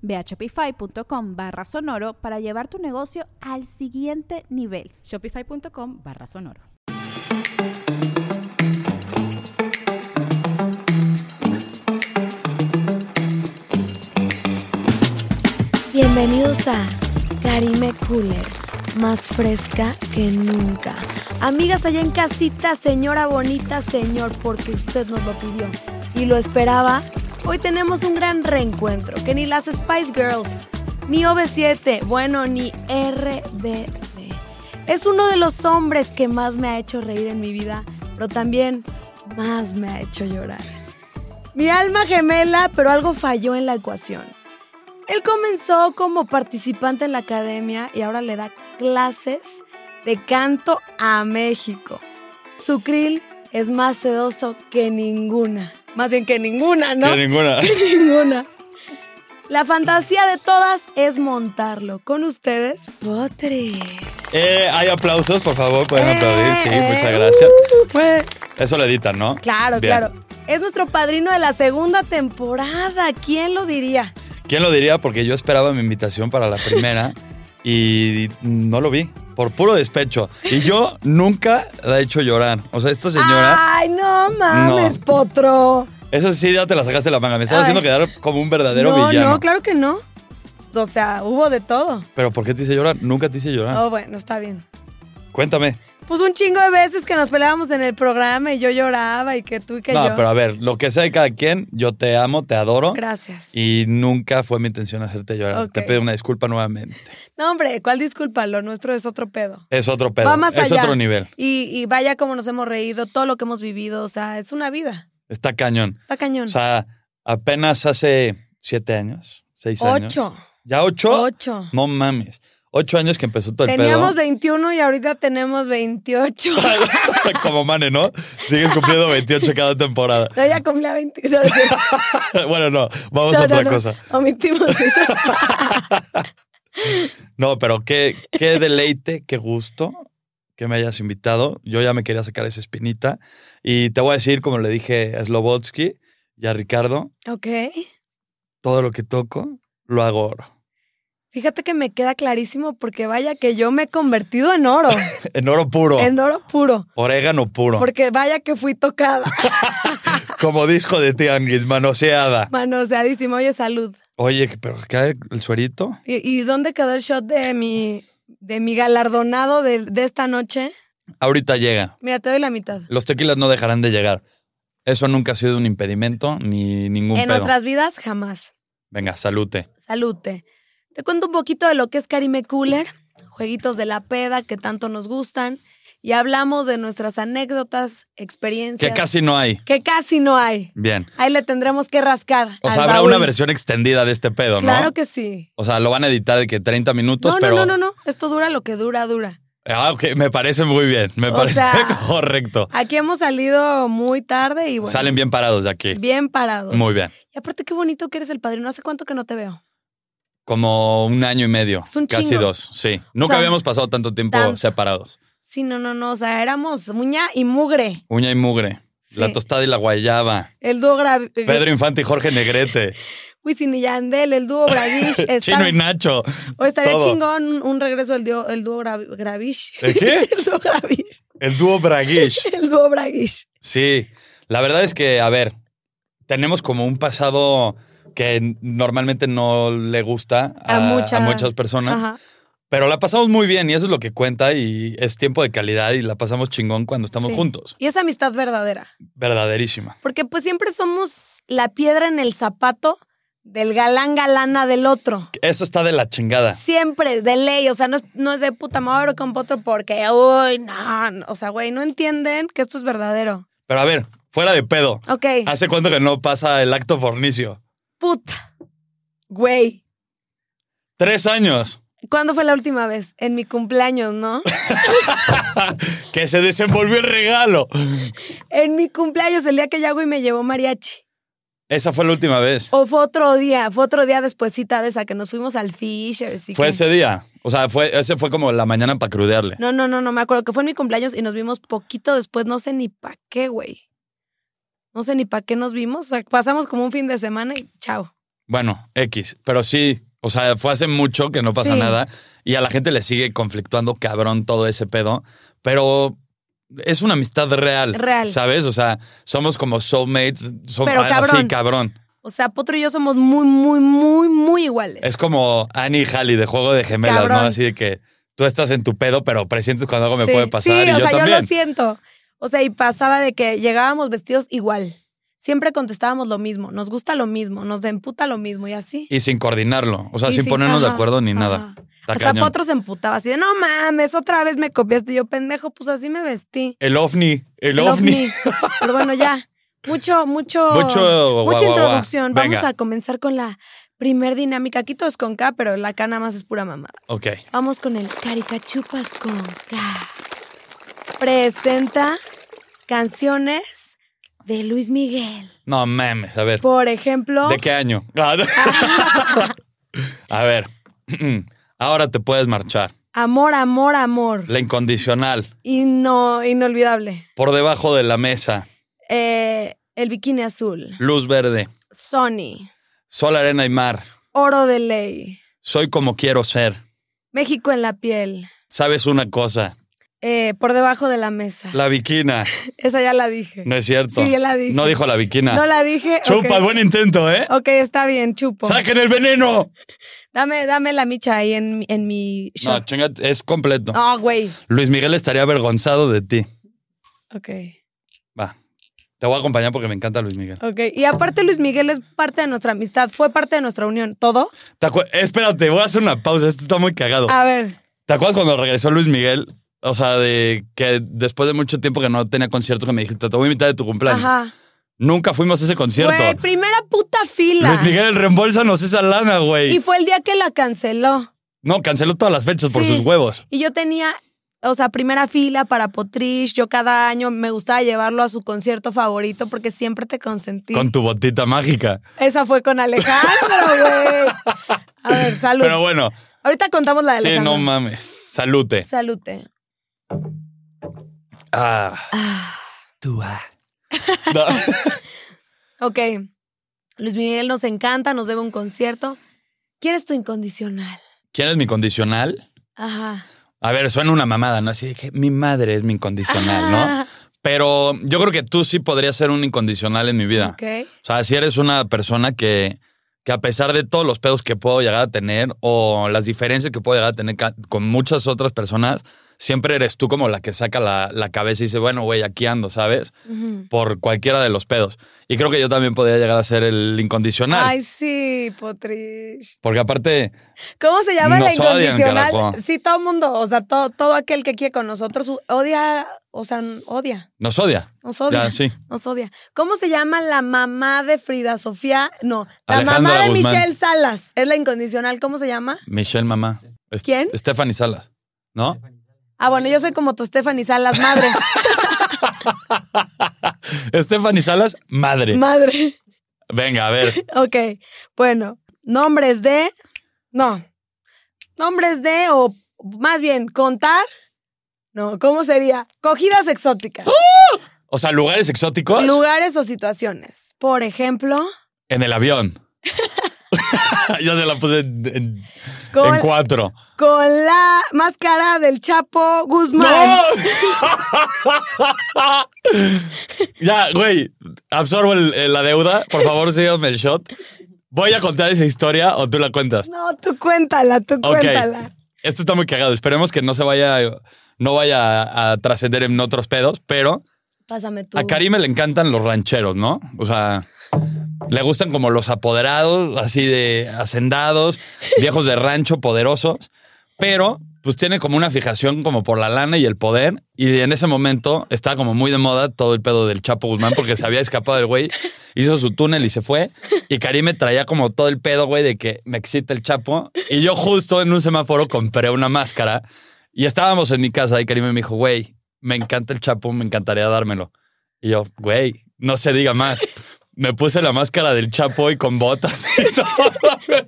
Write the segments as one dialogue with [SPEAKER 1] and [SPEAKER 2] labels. [SPEAKER 1] Ve a shopify.com barra sonoro para llevar tu negocio al siguiente nivel.
[SPEAKER 2] Shopify.com barra sonoro.
[SPEAKER 3] Bienvenidos a Karime Cooler, más fresca que nunca. Amigas allá en casita, señora bonita, señor, porque usted nos lo pidió y lo esperaba. Hoy tenemos un gran reencuentro que ni las Spice Girls, ni OB7, bueno, ni RBD. Es uno de los hombres que más me ha hecho reír en mi vida, pero también más me ha hecho llorar. Mi alma gemela, pero algo falló en la ecuación. Él comenzó como participante en la academia y ahora le da clases de canto a México. Su krill es más sedoso que ninguna. Más bien que ninguna, ¿no?
[SPEAKER 4] Que ninguna.
[SPEAKER 3] Que ninguna. La fantasía de todas es montarlo. Con ustedes, Potres.
[SPEAKER 4] Eh, hay aplausos, por favor, pueden
[SPEAKER 3] Eh,
[SPEAKER 4] aplaudir, sí,
[SPEAKER 3] eh,
[SPEAKER 4] muchas gracias.
[SPEAKER 3] uh, fue-
[SPEAKER 4] Eso lo editan, ¿no?
[SPEAKER 3] Claro,
[SPEAKER 4] Bien.
[SPEAKER 3] claro. Es nuestro padrino de la segunda temporada. ¿Quién lo diría?
[SPEAKER 4] ¿Quién lo diría? Porque yo esperaba mi invitación para la primera y no lo vi, por puro despecho. Y yo nunca la he hecho llorar. O sea, esta señora,
[SPEAKER 3] Ay, no mames,
[SPEAKER 4] No.
[SPEAKER 3] potro.
[SPEAKER 4] esa sí ya te la sacaste de la manga. Me
[SPEAKER 3] Ay.
[SPEAKER 4] estaba haciendo quedar como un verdadero
[SPEAKER 3] no,
[SPEAKER 4] villano.
[SPEAKER 3] no, claro que no. O sea, hubo de todo.
[SPEAKER 4] Pero ¿por qué te hice llorar? Nunca te hice llorar.
[SPEAKER 3] Oh, bueno, está bien. Oh.
[SPEAKER 4] Cuéntame.
[SPEAKER 3] Pues un chingo de veces que nos peleábamos en el programa y yo lloraba y que tú y que
[SPEAKER 4] no,
[SPEAKER 3] yo.
[SPEAKER 4] pero a ver, lo que sea de cada quien, yo te amo, te adoro.
[SPEAKER 3] Gracias.
[SPEAKER 4] Y nunca fue mi intención hacerte llorar.
[SPEAKER 3] Ok.
[SPEAKER 4] Te pido una disculpa nuevamente.
[SPEAKER 3] No, hombre, ¿cuál disculpa? Lo nuestro es otro pedo.
[SPEAKER 4] Es otro pedo.
[SPEAKER 3] Va más
[SPEAKER 4] es
[SPEAKER 3] allá.
[SPEAKER 4] otro nivel.
[SPEAKER 3] Y, y vaya como nos hemos reído, todo lo que hemos vivido. O sea, es una vida.
[SPEAKER 4] Está cañón.
[SPEAKER 3] Está cañón.
[SPEAKER 4] O sea, apenas hace siete años, seis años.
[SPEAKER 3] Ocho.
[SPEAKER 4] ¿Ya ocho?
[SPEAKER 3] Ocho.
[SPEAKER 4] No mames. Ocho años que empezó todo el
[SPEAKER 3] Teníamos
[SPEAKER 4] pedo.
[SPEAKER 3] 21 y ahorita tenemos 28.
[SPEAKER 4] Como Mane, ¿no? Sigues cumpliendo 28 cada temporada.
[SPEAKER 3] No, ya cumplía 22.
[SPEAKER 4] bueno, no, vamos
[SPEAKER 3] No,
[SPEAKER 4] a
[SPEAKER 3] no,
[SPEAKER 4] otra
[SPEAKER 3] no.
[SPEAKER 4] cosa.
[SPEAKER 3] Omitimos eso.
[SPEAKER 4] No, pero qué, qué deleite, qué gusto que me hayas invitado. Yo ya me quería sacar esa espinita. Y te voy a decir, como le dije a Slobotsky y a Ricardo,
[SPEAKER 3] ok.
[SPEAKER 4] todo lo que toco lo hago oro.
[SPEAKER 3] Fíjate que me queda clarísimo porque vaya que yo me he convertido en oro,
[SPEAKER 4] En oro puro.
[SPEAKER 3] en oro puro.
[SPEAKER 4] Orégano puro.
[SPEAKER 3] Porque vaya que fui tocada,
[SPEAKER 4] Como disco de tianguis, manoseada.
[SPEAKER 3] manoseadísimo. Oye, salud.
[SPEAKER 4] Oye, pero acá el suerito.
[SPEAKER 3] ¿Y, y dónde quedó el shot de mi, de mi galardonado de, de esta noche?
[SPEAKER 4] Ahorita llega.
[SPEAKER 3] Mira, te doy la mitad.
[SPEAKER 4] Los tequilas no dejarán de llegar. Eso nunca ha sido un impedimento ni ningún
[SPEAKER 3] en
[SPEAKER 4] pedo.
[SPEAKER 3] nuestras vidas, jamás.
[SPEAKER 4] Venga, salute.
[SPEAKER 3] Salute. Te cuento un poquito de lo que es Karime Cooler, jueguitos de la peda que tanto nos gustan, y hablamos de nuestras anécdotas, experiencias.
[SPEAKER 4] Que casi no hay.
[SPEAKER 3] que casi no hay.
[SPEAKER 4] Bien.
[SPEAKER 3] Ahí le tendremos que rascar.
[SPEAKER 4] O
[SPEAKER 3] al
[SPEAKER 4] sea, habrá
[SPEAKER 3] baúl.
[SPEAKER 4] una versión extendida de este pedo, ¿no?
[SPEAKER 3] Claro que sí.
[SPEAKER 4] O sea, lo van a editar de que 30 minutos,
[SPEAKER 3] No, no,
[SPEAKER 4] pero.
[SPEAKER 3] no, no, no. Esto dura lo que dura, dura.
[SPEAKER 4] Ah, ok, me parece muy bien. Me
[SPEAKER 3] O
[SPEAKER 4] parece
[SPEAKER 3] sea,
[SPEAKER 4] correcto.
[SPEAKER 3] Aquí hemos salido muy tarde y bueno.
[SPEAKER 4] Salen bien parados de aquí.
[SPEAKER 3] bien parados.
[SPEAKER 4] Muy bien.
[SPEAKER 3] Y aparte, qué bonito que eres el padrino. ¿Hace cuánto que no te veo?
[SPEAKER 4] Como un año y medio.
[SPEAKER 3] Es un
[SPEAKER 4] casi
[SPEAKER 3] chingo.
[SPEAKER 4] dos, sí. Nunca
[SPEAKER 3] sea,
[SPEAKER 4] habíamos pasado tanto tiempo
[SPEAKER 3] tanto.
[SPEAKER 4] separados.
[SPEAKER 3] Sí, no, no, no. O sea, éramos muña y mugre.
[SPEAKER 4] Uña y mugre.
[SPEAKER 3] Sí.
[SPEAKER 4] La tostada y la guayaba.
[SPEAKER 3] El dúo Gra-
[SPEAKER 4] Pedro Infante y Jorge Negrete.
[SPEAKER 3] Wisin y Yandel, el dúo Gravish. está-
[SPEAKER 4] Chino y Nacho.
[SPEAKER 3] O estaría
[SPEAKER 4] todo.
[SPEAKER 3] chingón un- un regreso del dúo, el dúo Gra- Gravish.
[SPEAKER 4] ¿El qué?
[SPEAKER 3] el dúo Gravish.
[SPEAKER 4] El dúo Braguish.
[SPEAKER 3] El dúo Braguish.
[SPEAKER 4] Sí, la verdad es que, a ver, tenemos como un pasado que normalmente no le gusta a,
[SPEAKER 3] A mucha-
[SPEAKER 4] a muchas personas.
[SPEAKER 3] Ajá.
[SPEAKER 4] Pero la pasamos muy bien y eso es lo que cuenta y es tiempo de calidad y la pasamos chingón cuando estamos
[SPEAKER 3] Sí.
[SPEAKER 4] juntos.
[SPEAKER 3] Y es amistad verdadera.
[SPEAKER 4] Verdaderísima.
[SPEAKER 3] Porque pues siempre somos la piedra en el zapato del galán galana del otro.
[SPEAKER 4] Eso está de la chingada.
[SPEAKER 3] Siempre, de ley. O sea, no es, no es de puta madre con potro porque, uy, no. no. O sea, güey, no entienden que esto es verdadero.
[SPEAKER 4] Pero a ver, fuera de pedo.
[SPEAKER 3] Ok.
[SPEAKER 4] ¿Hace cuánto que no pasa el acto fornicio?
[SPEAKER 3] Puta. Güey.
[SPEAKER 4] Tres años.
[SPEAKER 3] ¿Cuándo fue la última vez? En mi cumpleaños, ¿no?
[SPEAKER 4] Que se desenvolvió el regalo.
[SPEAKER 3] en mi cumpleaños, el día que Yago y me llevó mariachi.
[SPEAKER 4] Esa fue la última vez.
[SPEAKER 3] O fue otro día, fue otro día despuésita de esa que nos fuimos al Fishers. y
[SPEAKER 4] Fue
[SPEAKER 3] que-
[SPEAKER 4] ese día. O sea, fue, ese fue como la mañana para crudearle.
[SPEAKER 3] No, no, no, no me acuerdo que fue en mi cumpleaños y nos vimos poquito después, no sé ni pa' qué, güey. No sé ni pa' qué nos vimos. O sea, pasamos como un fin de semana y chao.
[SPEAKER 4] Bueno, X. Pero sí, o sea, fue hace mucho que no pasa
[SPEAKER 3] Sí.
[SPEAKER 4] nada. Y a la gente le sigue conflictuando cabrón todo ese pedo. Pero es una amistad real.
[SPEAKER 3] Real.
[SPEAKER 4] ¿Sabes? O sea, somos como soulmates. Somos
[SPEAKER 3] Pero
[SPEAKER 4] Así,
[SPEAKER 3] cabrón.
[SPEAKER 4] cabrón.
[SPEAKER 3] O sea, Potro y yo somos muy, muy, muy, muy iguales.
[SPEAKER 4] Es como Annie y Halley de Juego de Gemelas,
[SPEAKER 3] Cabrón.
[SPEAKER 4] ¿no? Así de que tú estás en tu pedo, pero presientes cuando algo me
[SPEAKER 3] Sí.
[SPEAKER 4] puede pasar.
[SPEAKER 3] Sí,
[SPEAKER 4] y
[SPEAKER 3] o
[SPEAKER 4] yo
[SPEAKER 3] sea,
[SPEAKER 4] también.
[SPEAKER 3] yo lo siento. O sea, y pasaba de que llegábamos vestidos igual. Siempre contestábamos lo mismo, nos gusta lo mismo, nos emputa lo mismo y así.
[SPEAKER 4] Y sin coordinarlo. O sea,
[SPEAKER 3] Y
[SPEAKER 4] sin
[SPEAKER 3] sin-
[SPEAKER 4] ponernos de
[SPEAKER 3] ajá,
[SPEAKER 4] acuerdo ni nada.
[SPEAKER 3] ajá.
[SPEAKER 4] Está
[SPEAKER 3] Hasta
[SPEAKER 4] cañón.
[SPEAKER 3] Potro se emputaba así de, no mames, otra vez me copiaste. Y yo, pendejo, pues así me vestí.
[SPEAKER 4] El ovni.
[SPEAKER 3] El
[SPEAKER 4] El, ovni.
[SPEAKER 3] ovni. Pero bueno, ya. Mucho, mucho.
[SPEAKER 4] Mucho
[SPEAKER 3] mucha
[SPEAKER 4] guau, guau, guau.
[SPEAKER 3] introducción. Vamos
[SPEAKER 4] Venga.
[SPEAKER 3] a comenzar con la primer dinámica. Aquí todo es con K, pero la K nada más es pura mamada.
[SPEAKER 4] Ok.
[SPEAKER 3] Vamos con el Caricachupas con K. Presenta canciones de Luis Miguel.
[SPEAKER 4] No mames, a ver.
[SPEAKER 3] Por ejemplo,
[SPEAKER 4] ¿De qué año? a ver. Ahora te puedes marchar.
[SPEAKER 3] Amor, Amor, Amor.
[SPEAKER 4] La incondicional.
[SPEAKER 3] Ino- inolvidable.
[SPEAKER 4] Por debajo de la mesa.
[SPEAKER 3] Eh, el bikini azul.
[SPEAKER 4] Luz verde.
[SPEAKER 3] Sony.
[SPEAKER 4] Sol, arena y mar.
[SPEAKER 3] Oro de ley.
[SPEAKER 4] Soy como quiero ser.
[SPEAKER 3] México en la piel.
[SPEAKER 4] Sabes una cosa.
[SPEAKER 3] Eh, por debajo de la mesa.
[SPEAKER 4] La viquina.
[SPEAKER 3] Esa ya la dije.
[SPEAKER 4] No es cierto.
[SPEAKER 3] Sí, ya la dije.
[SPEAKER 4] No dijo la viquina.
[SPEAKER 3] No la dije.
[SPEAKER 4] Chupa,
[SPEAKER 3] ok.
[SPEAKER 4] buen intento, ¿eh?
[SPEAKER 3] Ok, está bien, chupo.
[SPEAKER 4] ¡Saquen el veneno!
[SPEAKER 3] Dame, dame la micha ahí en, mi- en mi
[SPEAKER 4] No,
[SPEAKER 3] shot.
[SPEAKER 4] chinga, es completo.
[SPEAKER 3] No, güey.
[SPEAKER 4] Luis Miguel estaría avergonzado de ti.
[SPEAKER 3] Ok.
[SPEAKER 4] Va. Te voy a acompañar porque me encanta Luis Miguel.
[SPEAKER 3] Ok. Y aparte, Luis Miguel es parte de nuestra amistad, fue parte de nuestra unión. ¿Todo?
[SPEAKER 4] ¿Te acuer- Espérate, voy a hacer una pausa. Esto está muy cagado.
[SPEAKER 3] A ver.
[SPEAKER 4] ¿Te acuerdas cuando regresó Luis Miguel? O sea, de que después de mucho tiempo que no tenía concierto, que me dijiste, te voy a invitar de tu cumpleaños.
[SPEAKER 3] Ajá.
[SPEAKER 4] Nunca fuimos a ese concierto.
[SPEAKER 3] Güey, primera puta fila.
[SPEAKER 4] Luis Miguel, reembolsanos esa lana,
[SPEAKER 3] Y
[SPEAKER 4] güey.
[SPEAKER 3] fue el día que la canceló.
[SPEAKER 4] No, canceló todas las fechas por
[SPEAKER 3] Sí.
[SPEAKER 4] sus huevos.
[SPEAKER 3] Y yo tenía, o sea, primera fila para Potrish. Yo cada año me gustaba llevarlo a su concierto favorito porque siempre te consentí.
[SPEAKER 4] Con tu botita mágica.
[SPEAKER 3] Esa fue con Alejandro, güey. A ver, salud.
[SPEAKER 4] Pero bueno,
[SPEAKER 3] Ahorita contamos la de
[SPEAKER 4] sí,
[SPEAKER 3] Alejandro.
[SPEAKER 4] no mames. Salute.
[SPEAKER 3] Salute.
[SPEAKER 4] Ah. Tú, ah. No.
[SPEAKER 3] Ok. Luis Miguel nos encanta, nos debe un concierto. ¿Quieres tu incondicional?
[SPEAKER 4] ¿Quién es mi condicional?
[SPEAKER 3] Ajá.
[SPEAKER 4] A ver, suena una mamada, ¿no? Así de que mi madre es mi incondicional, ¿no?
[SPEAKER 3] Ajá.
[SPEAKER 4] Pero yo creo que tú sí podrías ser un incondicional en mi vida.
[SPEAKER 3] Ok.
[SPEAKER 4] O sea, si eres una persona que, que a pesar de todos los pedos que puedo llegar a tener o las diferencias que puedo llegar a tener ca- con muchas otras personas, siempre eres tú como la que saca la, la cabeza y dice, bueno, güey, aquí ando, ¿sabes?
[SPEAKER 3] Ujú.
[SPEAKER 4] Por cualquiera de los pedos. Y creo que yo también podría llegar a ser el incondicional.
[SPEAKER 3] Ay, sí, Potrish.
[SPEAKER 4] Porque aparte,
[SPEAKER 3] ¿Cómo se llama la
[SPEAKER 4] Nos odian,
[SPEAKER 3] incondicional?
[SPEAKER 4] carajo.
[SPEAKER 3] sí, todo el mundo, o sea, todo, todo aquel que quiere con nosotros odia, o sea, odia,
[SPEAKER 4] nos odia.
[SPEAKER 3] nos odia.
[SPEAKER 4] Ya, sí.
[SPEAKER 3] Nos odia. ¿Cómo se llama la mamá de Frida Sofía? No, la
[SPEAKER 4] Alejandra
[SPEAKER 3] mamá de
[SPEAKER 4] Guzmán.
[SPEAKER 3] Michelle Salas. Es la incondicional, ¿cómo se llama?
[SPEAKER 4] Michelle Mamá. Es-
[SPEAKER 3] ¿Quién?
[SPEAKER 4] Stephanie Salas. ¿No?
[SPEAKER 3] Ah, bueno, yo soy como tu Stephanie Salas, madre.
[SPEAKER 4] Stephanie Salas, madre.
[SPEAKER 3] madre.
[SPEAKER 4] Venga, a ver.
[SPEAKER 3] Ok, bueno, nombres de. No, nombres de, o más bien, contar. No, ¿cómo sería? Cogidas exóticas.
[SPEAKER 4] O sea, lugares exóticos
[SPEAKER 3] Lugares o situaciones. Por ejemplo,
[SPEAKER 4] en el avión. Yo se la puse en, en-
[SPEAKER 3] con,
[SPEAKER 4] en cuatro.
[SPEAKER 3] con la máscara del Chapo Guzmán.
[SPEAKER 4] ya, güey, absorbo el- el- la deuda. Por favor, sígueme el shot. Voy a contar esa historia o tú la cuentas.
[SPEAKER 3] No, tú cuéntala, tú
[SPEAKER 4] Ok.
[SPEAKER 3] cuéntala.
[SPEAKER 4] Esto está muy cagado. Esperemos que no se vaya, no vaya a, a trascender en otros pedos, pero
[SPEAKER 5] Pásame tú.
[SPEAKER 4] a Karime le encantan los rancheros, ¿no? O sea, le gustan como los apoderados, así de hacendados, viejos de rancho, poderosos, pero pues tiene como una fijación como por la lana y el poder. Y en ese momento estaba como muy de moda todo el pedo del Chapo Guzmán porque se había escapado el güey, hizo su túnel y se fue. Y Karime traía como todo el pedo, güey, de que me excita el Chapo. Y yo justo en un semáforo compré una máscara y estábamos en mi casa y Karime me dijo, güey, me encanta el Chapo, me encantaría dármelo. Y yo, güey, no se diga más. Me puse la máscara del Chapo y con botas y todo.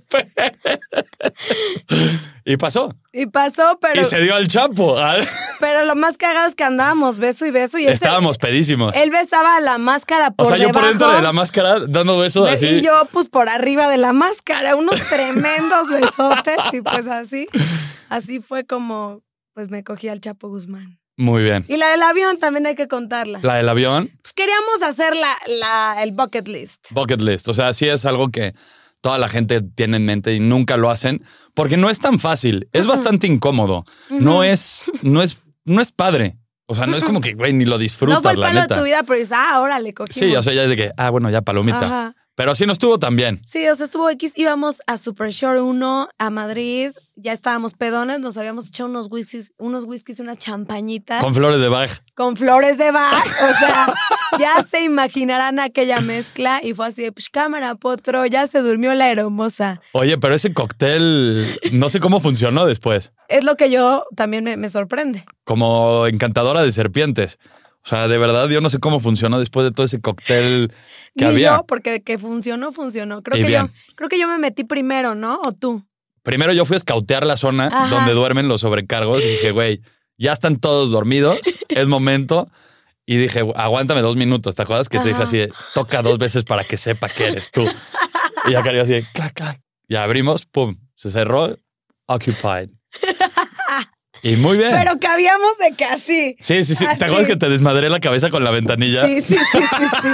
[SPEAKER 4] y pasó.
[SPEAKER 3] Y pasó, pero,
[SPEAKER 4] y se dio al Chapo. Ah,
[SPEAKER 3] pero lo más cagado es que andábamos beso y beso. Y él se-
[SPEAKER 4] Estábamos pedísimos.
[SPEAKER 3] Él besaba la máscara
[SPEAKER 4] O
[SPEAKER 3] este por
[SPEAKER 4] sea, yo por
[SPEAKER 3] debajo,
[SPEAKER 4] dentro de la máscara dando besos así.
[SPEAKER 3] Y yo, pues, por arriba de la máscara. Unos tremendos besotes. Y pues así. Así fue como, pues, me cogí al Chapo Guzmán.
[SPEAKER 4] Muy bien.
[SPEAKER 3] Y la del avión también hay que contarla.
[SPEAKER 4] La del avión,
[SPEAKER 3] Pues queríamos hacer la, la- el bucket list.
[SPEAKER 4] bucket list. O sea, sí es algo que toda la gente tiene en mente y nunca lo hacen porque no es tan fácil. Es bastante incómodo. No es, no es, no es padre. O sea, no es como que, güey, ni lo disfrutas,
[SPEAKER 3] no fue el
[SPEAKER 4] la
[SPEAKER 3] palo
[SPEAKER 4] neta.
[SPEAKER 3] de tu vida, pero dices, ah, ahora le cogimos.
[SPEAKER 4] Sí, o sea, ya es de que, ah, bueno, ya palomita.
[SPEAKER 3] Ajá.
[SPEAKER 4] Pero así no estuvo tan bien.
[SPEAKER 3] Sí, o sea, estuvo X, íbamos a Super Shore 1, a Madrid, ya estábamos pedones, nos habíamos echado unos whiskies, unos whiskies y una champañita
[SPEAKER 4] Con
[SPEAKER 3] con,
[SPEAKER 4] flores de Bach.
[SPEAKER 3] flores de bar, o sea, ya se imaginarán aquella mezcla y fue así de, "Psh, cámara, potro, ya se durmió la hermosa.
[SPEAKER 4] Oye, pero ese cóctel, no sé cómo funcionó después.
[SPEAKER 3] Es lo que yo también me, me sorprende.
[SPEAKER 4] Como encantadora de serpientes. O sea, de verdad, yo no sé cómo funcionó después de todo ese cóctel que
[SPEAKER 3] Ni
[SPEAKER 4] había.
[SPEAKER 3] yo, porque de que funcionó, funcionó. Creo
[SPEAKER 4] Y
[SPEAKER 3] que, yo,
[SPEAKER 4] bien.
[SPEAKER 3] creo que yo me metí primero, ¿no? ¿O tú?
[SPEAKER 4] Primero yo fui a escautear la zona
[SPEAKER 3] Ajá.
[SPEAKER 4] donde duermen los sobrecargos y dije, güey, ya están todos dormidos, es momento. Y dije, aguántame dos minutos, ¿te acuerdas? Que te dije
[SPEAKER 3] Ajá.
[SPEAKER 4] así, de, toca dos veces para que sepa que eres tú. Y ya cayó así, de, clac, clac. Y abrimos, pum, se cerró, occupied. Y muy bien.
[SPEAKER 3] Pero cabíamos de casi.
[SPEAKER 4] sí, sí, sí.
[SPEAKER 3] así.
[SPEAKER 4] ¿Te acuerdas que te desmadré la cabeza con la ventanilla?
[SPEAKER 3] Sí, sí, sí, sí, sí.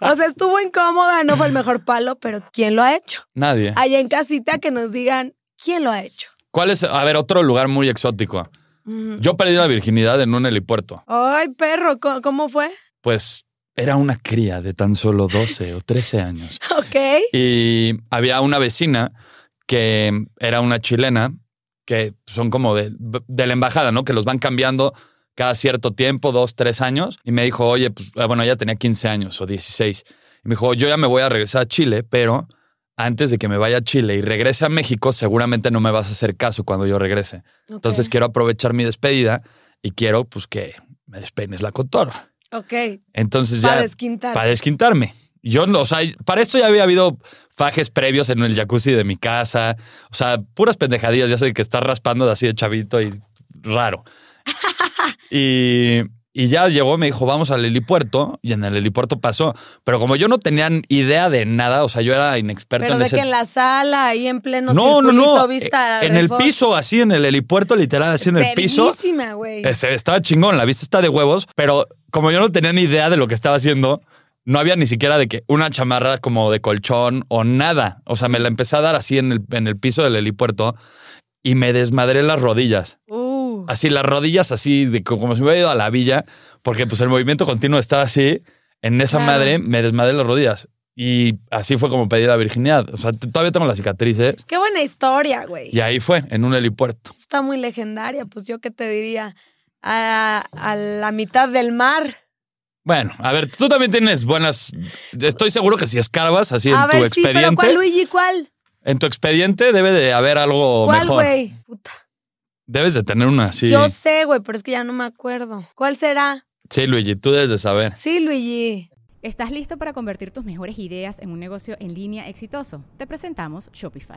[SPEAKER 3] O sea, estuvo incómoda, no fue el mejor palo, pero ¿quién lo ha hecho?
[SPEAKER 4] Nadie.
[SPEAKER 3] Allá en casita que nos digan quién lo ha hecho.
[SPEAKER 4] ¿Cuál es? A ver, otro lugar muy exótico.
[SPEAKER 3] Mm.
[SPEAKER 4] Yo perdí la virginidad en un helipuerto.
[SPEAKER 3] Ay, perro, ¿cómo, cómo fue?
[SPEAKER 4] Pues era una cría de tan solo 12 o 13 años.
[SPEAKER 3] Ok.
[SPEAKER 4] Y había una vecina que era una chilena, que son como de, de la embajada, ¿no? Que los van cambiando cada cierto tiempo, dos, tres años. Y me dijo, oye, pues ah, bueno, ella tenía 15 años o 16. Y me dijo, yo ya me voy a regresar a Chile, pero antes de que me vaya a Chile y regrese a México, seguramente no me vas a hacer caso cuando yo regrese. Entonces quiero aprovechar mi despedida y quiero pues que me despeines la cotorra.
[SPEAKER 3] Ok,
[SPEAKER 4] Entonces Pues ya
[SPEAKER 3] para desquintar.
[SPEAKER 4] para desquintarme. Yo no, o sea, para esto ya había habido fajes previos en el jacuzzi de mi casa. O sea, puras pendejadillas, ya sé que estás raspando de así de chavito y raro. y, y ya llegó, me dijo, vamos al helipuerto y en el helipuerto pasó. Pero como yo no tenía idea de nada, o sea, yo era inexperto
[SPEAKER 3] pero
[SPEAKER 4] en
[SPEAKER 3] de
[SPEAKER 4] ese
[SPEAKER 3] que en la sala, ahí en pleno
[SPEAKER 4] no, no,
[SPEAKER 3] circulito,
[SPEAKER 4] no.
[SPEAKER 3] vista
[SPEAKER 4] En el piso, así en el helipuerto, literal, así en el piso.
[SPEAKER 3] Bellísima, güey.
[SPEAKER 4] Este, estaba chingón, la vista está de huevos, pero como yo no tenía ni idea de lo que estaba haciendo, no había ni siquiera de que una chamarra como de colchón o nada. O sea, me la empecé a dar así en el, en el piso del helipuerto y me desmadré las rodillas.
[SPEAKER 3] Uh,
[SPEAKER 4] Así, las rodillas así, de, co- como si me hubiera ido a la villa, porque pues el movimiento continuo estaba así. En esa
[SPEAKER 3] Claro.
[SPEAKER 4] madre me desmadré las rodillas. Y así fue como pedí la virginidad. O sea, t- todavía tengo las cicatrices.
[SPEAKER 3] qué buena historia, güey.
[SPEAKER 4] Y ahí fue, en un helipuerto.
[SPEAKER 3] Está muy legendaria, pues yo qué te diría. A, a la mitad del mar.
[SPEAKER 4] Bueno, a ver, tú también tienes buenas. Estoy seguro que si escarbas así
[SPEAKER 3] a
[SPEAKER 4] en tu
[SPEAKER 3] ver, sí, pero
[SPEAKER 4] expediente,
[SPEAKER 3] ¿cuál, Luigi? ¿Cuál?
[SPEAKER 4] en tu expediente debe de haber algo
[SPEAKER 3] ¿Cuál,
[SPEAKER 4] mejor.
[SPEAKER 3] güey? Puta.
[SPEAKER 4] Debes de tener una, sí.
[SPEAKER 3] Yo sé, güey, pero es que ya no me acuerdo. ¿Cuál será?
[SPEAKER 4] Sí, Luigi, tú debes de saber.
[SPEAKER 3] Sí, Luigi.
[SPEAKER 2] ¿Estás listo para convertir tus mejores ideas en un negocio en línea exitoso? Te presentamos Shopify.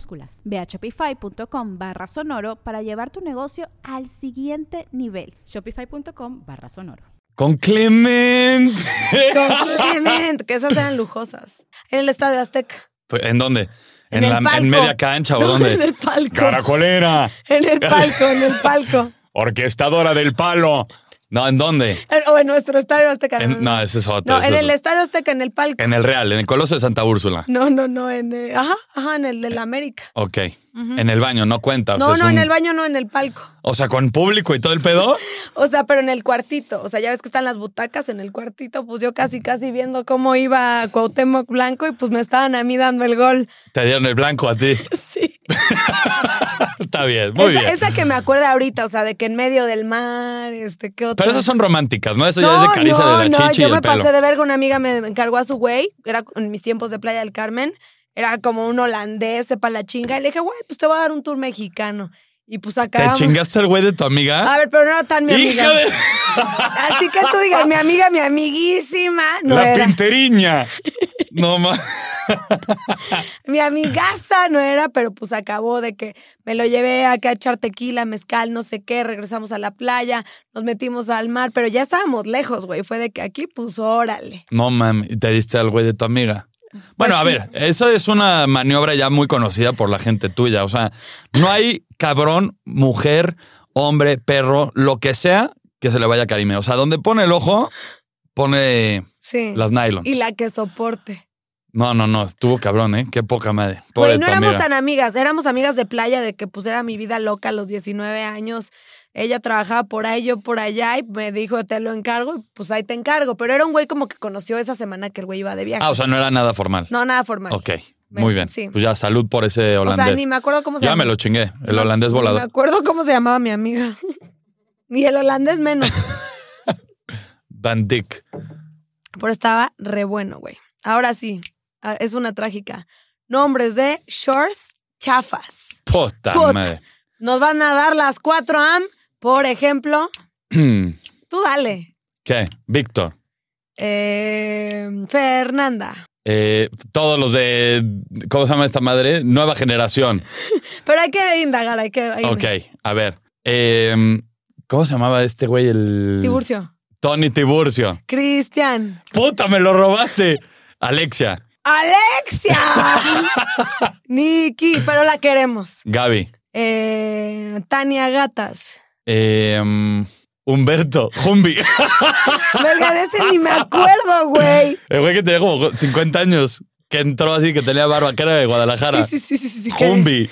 [SPEAKER 1] Ve a shopify.com barra sonoro para llevar tu negocio al siguiente nivel.
[SPEAKER 2] Shopify.com barra sonoro.
[SPEAKER 4] Con Clement.
[SPEAKER 3] Completamente, que esas eran lujosas. En el Estadio Azteca.
[SPEAKER 4] Pues, ¿En dónde? ¿En,
[SPEAKER 3] el
[SPEAKER 4] la,
[SPEAKER 3] palco.
[SPEAKER 4] en media cancha o
[SPEAKER 3] No,
[SPEAKER 4] dónde?
[SPEAKER 3] En el palco.
[SPEAKER 4] Caracolera.
[SPEAKER 3] En el palco, en el palco.
[SPEAKER 4] Orquestadora del palo. No, ¿en dónde?
[SPEAKER 3] En- O en nuestro Estadio Azteca.
[SPEAKER 4] En- no, ese es otro,
[SPEAKER 3] No,
[SPEAKER 4] ese
[SPEAKER 3] en
[SPEAKER 4] es
[SPEAKER 3] el
[SPEAKER 4] otro.
[SPEAKER 3] Estadio Azteca, en el palco.
[SPEAKER 4] En el Real, en el Coloso de Santa Úrsula.
[SPEAKER 3] No, no, no, en... eh, ajá, ajá, en el de la América.
[SPEAKER 4] Ok. En el baño, no cuenta. Ah, o sea,
[SPEAKER 3] No,
[SPEAKER 4] es
[SPEAKER 3] no, en
[SPEAKER 4] un-
[SPEAKER 3] el baño no, en el palco.
[SPEAKER 4] O sea, con público y todo el pedo.
[SPEAKER 3] O sea, pero en el cuartito. O sea, ya ves que están las butacas en el cuartito. Pues yo casi, casi viendo cómo iba Cuauhtémoc Blanco y pues me estaban a mí dando el gol.
[SPEAKER 4] Te dieron el blanco a ti.
[SPEAKER 3] Sí.
[SPEAKER 4] Está bien, muy
[SPEAKER 3] esa,
[SPEAKER 4] bien.
[SPEAKER 3] esa que me acuerda ahorita, o sea, de que en medio del mar, este, ¿qué otra?
[SPEAKER 4] Pero esas son románticas, ¿no? Esa ya es de caricia de la chichi
[SPEAKER 3] yo
[SPEAKER 4] y
[SPEAKER 3] me
[SPEAKER 4] el pelo.
[SPEAKER 3] pasé de verga. Una amiga me encargó a su güey, era en mis tiempos de Playa del Carmen, era como un holandés, sepa la chinga. Y le dije, güey, pues te voy a dar un tour mexicano. Y pues
[SPEAKER 4] ¿Te
[SPEAKER 3] acá.
[SPEAKER 4] chingaste al güey de tu amiga?
[SPEAKER 3] A ver, pero no era tan mi amiga.
[SPEAKER 4] ¡Hija de
[SPEAKER 3] Así que tú digas, mi amiga, mi amiguísima. No
[SPEAKER 4] la
[SPEAKER 3] era.
[SPEAKER 4] pinteriña! No más.
[SPEAKER 3] Mi amigaza no era, pero pues acabó de que me lo llevé acá a echar tequila, mezcal, no sé qué, regresamos a la playa, nos metimos al mar, pero ya estábamos lejos, güey. Fue de que aquí, pues órale.
[SPEAKER 4] No mami, te diste al güey de tu amiga.
[SPEAKER 3] Pues
[SPEAKER 4] Bueno, a ver, esa es una maniobra ya muy conocida por la gente tuya. O sea, no hay cabrón, mujer, hombre, perro, lo que sea que se le vaya a Karime. O sea, donde pone el ojo, pone
[SPEAKER 3] Sí.
[SPEAKER 4] las nylons.
[SPEAKER 3] y la que soporte.
[SPEAKER 4] No, no, no, estuvo cabrón, ¿eh? Qué poca madre. Pobre
[SPEAKER 3] Güey, no
[SPEAKER 4] tu
[SPEAKER 3] éramos
[SPEAKER 4] amiga.
[SPEAKER 3] tan amigas, éramos amigas de playa, de que pues era mi vida loca a los 19 años. Ella trabajaba por ahí, yo por allá, y me dijo, te lo encargo, y pues ahí te encargo. Pero era un güey como que conoció esa semana que el güey iba de viaje.
[SPEAKER 4] Ah, o sea, no era nada formal.
[SPEAKER 3] no, nada formal.
[SPEAKER 4] ok,
[SPEAKER 3] Me-
[SPEAKER 4] muy bien.
[SPEAKER 3] sí.
[SPEAKER 4] Pues ya, salud por ese
[SPEAKER 3] O
[SPEAKER 4] holandés.
[SPEAKER 3] sea, ni me acuerdo cómo se
[SPEAKER 4] ya
[SPEAKER 3] llama.
[SPEAKER 4] me lo chingué, el holandés
[SPEAKER 3] Me
[SPEAKER 4] volador.
[SPEAKER 3] acuerdo cómo se llamaba mi amiga. Ni el holandés menos.
[SPEAKER 4] Van Dyck.
[SPEAKER 3] Pero estaba re bueno, güey. Ahora sí, a- es una trágica. Nombres de shorts chafas.
[SPEAKER 4] Puta
[SPEAKER 3] Puta.
[SPEAKER 4] madre.
[SPEAKER 3] Nos van a dar las 4 AM, por ejemplo. Tú dale.
[SPEAKER 4] Hmm. ¿Qué? Víctor.
[SPEAKER 3] Eh, Fernanda.
[SPEAKER 4] Eh, todos los de. ¿Cómo se llama esta madre? Nueva generación.
[SPEAKER 3] Pero hay que indagar, hay que. hay que-
[SPEAKER 4] Ok, a ver. Eh, ¿Cómo se llamaba este güey? El.
[SPEAKER 3] Tiburcio.
[SPEAKER 4] Tony Tiburcio.
[SPEAKER 3] Cristian.
[SPEAKER 4] Puta, me lo robaste. Alexia,
[SPEAKER 3] ¡Alexia! Nikki, pero la queremos.
[SPEAKER 4] Gaby,
[SPEAKER 3] Eh, Tania Gatas.
[SPEAKER 4] eh, Humberto, Jumbi.
[SPEAKER 3] Verga, de ese ni me acuerdo, güey.
[SPEAKER 4] El güey que tenía como 50 años, que entró así, que tenía barba, que era de Guadalajara.
[SPEAKER 3] Sí, sí, sí, sí, sí. que-
[SPEAKER 4] Jumbi.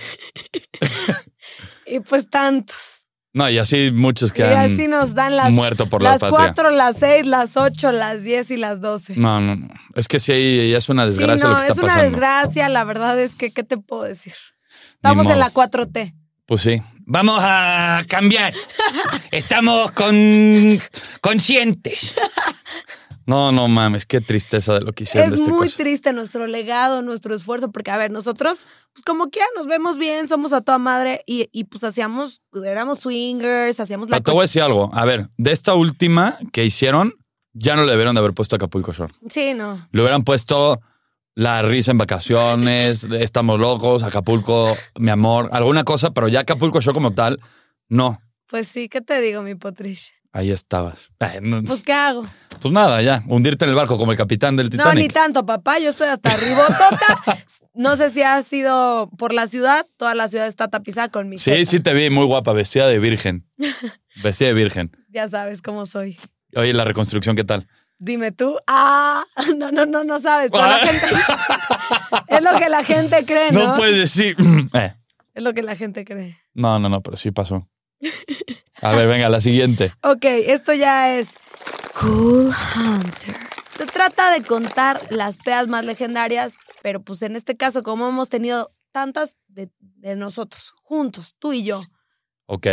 [SPEAKER 3] Y pues tantos.
[SPEAKER 4] No, y así muchos que
[SPEAKER 3] y
[SPEAKER 4] han
[SPEAKER 3] así nos dan las,
[SPEAKER 4] muerto por la
[SPEAKER 3] las
[SPEAKER 4] patria.
[SPEAKER 3] cuatro, las seis, las ocho, las diez y las doce.
[SPEAKER 4] No, no, no. Es que sí, ahí es una
[SPEAKER 3] Sí,
[SPEAKER 4] desgracia
[SPEAKER 3] no,
[SPEAKER 4] lo que
[SPEAKER 3] es
[SPEAKER 4] está
[SPEAKER 3] una
[SPEAKER 4] pasando.
[SPEAKER 3] desgracia. La verdad es que, ¿qué te puedo decir? Estamos
[SPEAKER 4] modo.
[SPEAKER 3] en la 4T.
[SPEAKER 4] Pues sí. Vamos a cambiar. Estamos con conscientes. No, no mames, qué tristeza de lo que hicieron
[SPEAKER 3] es
[SPEAKER 4] de este
[SPEAKER 3] muy
[SPEAKER 4] cosa.
[SPEAKER 3] triste nuestro legado, nuestro esfuerzo, porque, a ver, nosotros, pues como quiera, nos vemos bien, somos a toda madre y, y pues hacíamos, éramos swingers, hacíamos la.
[SPEAKER 4] Pero Ah, te voy a decir algo. A ver, de esta última que hicieron, ya no le debieron de haber puesto Acapulco Shore.
[SPEAKER 3] co- Sí, no.
[SPEAKER 4] Le hubieran puesto la risa en vacaciones, estamos locos, Acapulco, mi amor, alguna cosa, pero ya Acapulco Shore como tal, no.
[SPEAKER 3] Pues sí, ¿qué te digo, mi Potrish?
[SPEAKER 4] Ahí estabas. Ay, no,
[SPEAKER 3] Pues, ¿qué hago?
[SPEAKER 4] Pues nada, ya, hundirte en el barco como el capitán del
[SPEAKER 3] No,
[SPEAKER 4] Titanic.
[SPEAKER 3] ni tanto, papá. Yo estoy hasta ribotota. No sé si has ido por la ciudad. Toda la ciudad está tapizada con mi
[SPEAKER 4] Sí,
[SPEAKER 3] teta.
[SPEAKER 4] sí te vi muy guapa, vestida de virgen. Vestida de virgen.
[SPEAKER 3] Ya sabes cómo soy.
[SPEAKER 4] Oye, la reconstrucción, ¿qué tal?
[SPEAKER 3] Dime tú. Ah, no, no, no, no sabes. pero la
[SPEAKER 4] Ah.
[SPEAKER 3] gente- es lo que la gente cree,
[SPEAKER 4] No,
[SPEAKER 3] ¿no?
[SPEAKER 4] puedes decir. Eh,
[SPEAKER 3] Es lo que la gente cree.
[SPEAKER 4] No, no, no, pero sí pasó. A ver, venga, la siguiente.
[SPEAKER 3] Ok, esto ya es Cool Hunter. Se trata de contar las pedas más legendarias, pero pues en este caso, como hemos tenido tantas de, de nosotros, juntos, tú y yo.
[SPEAKER 4] Ok.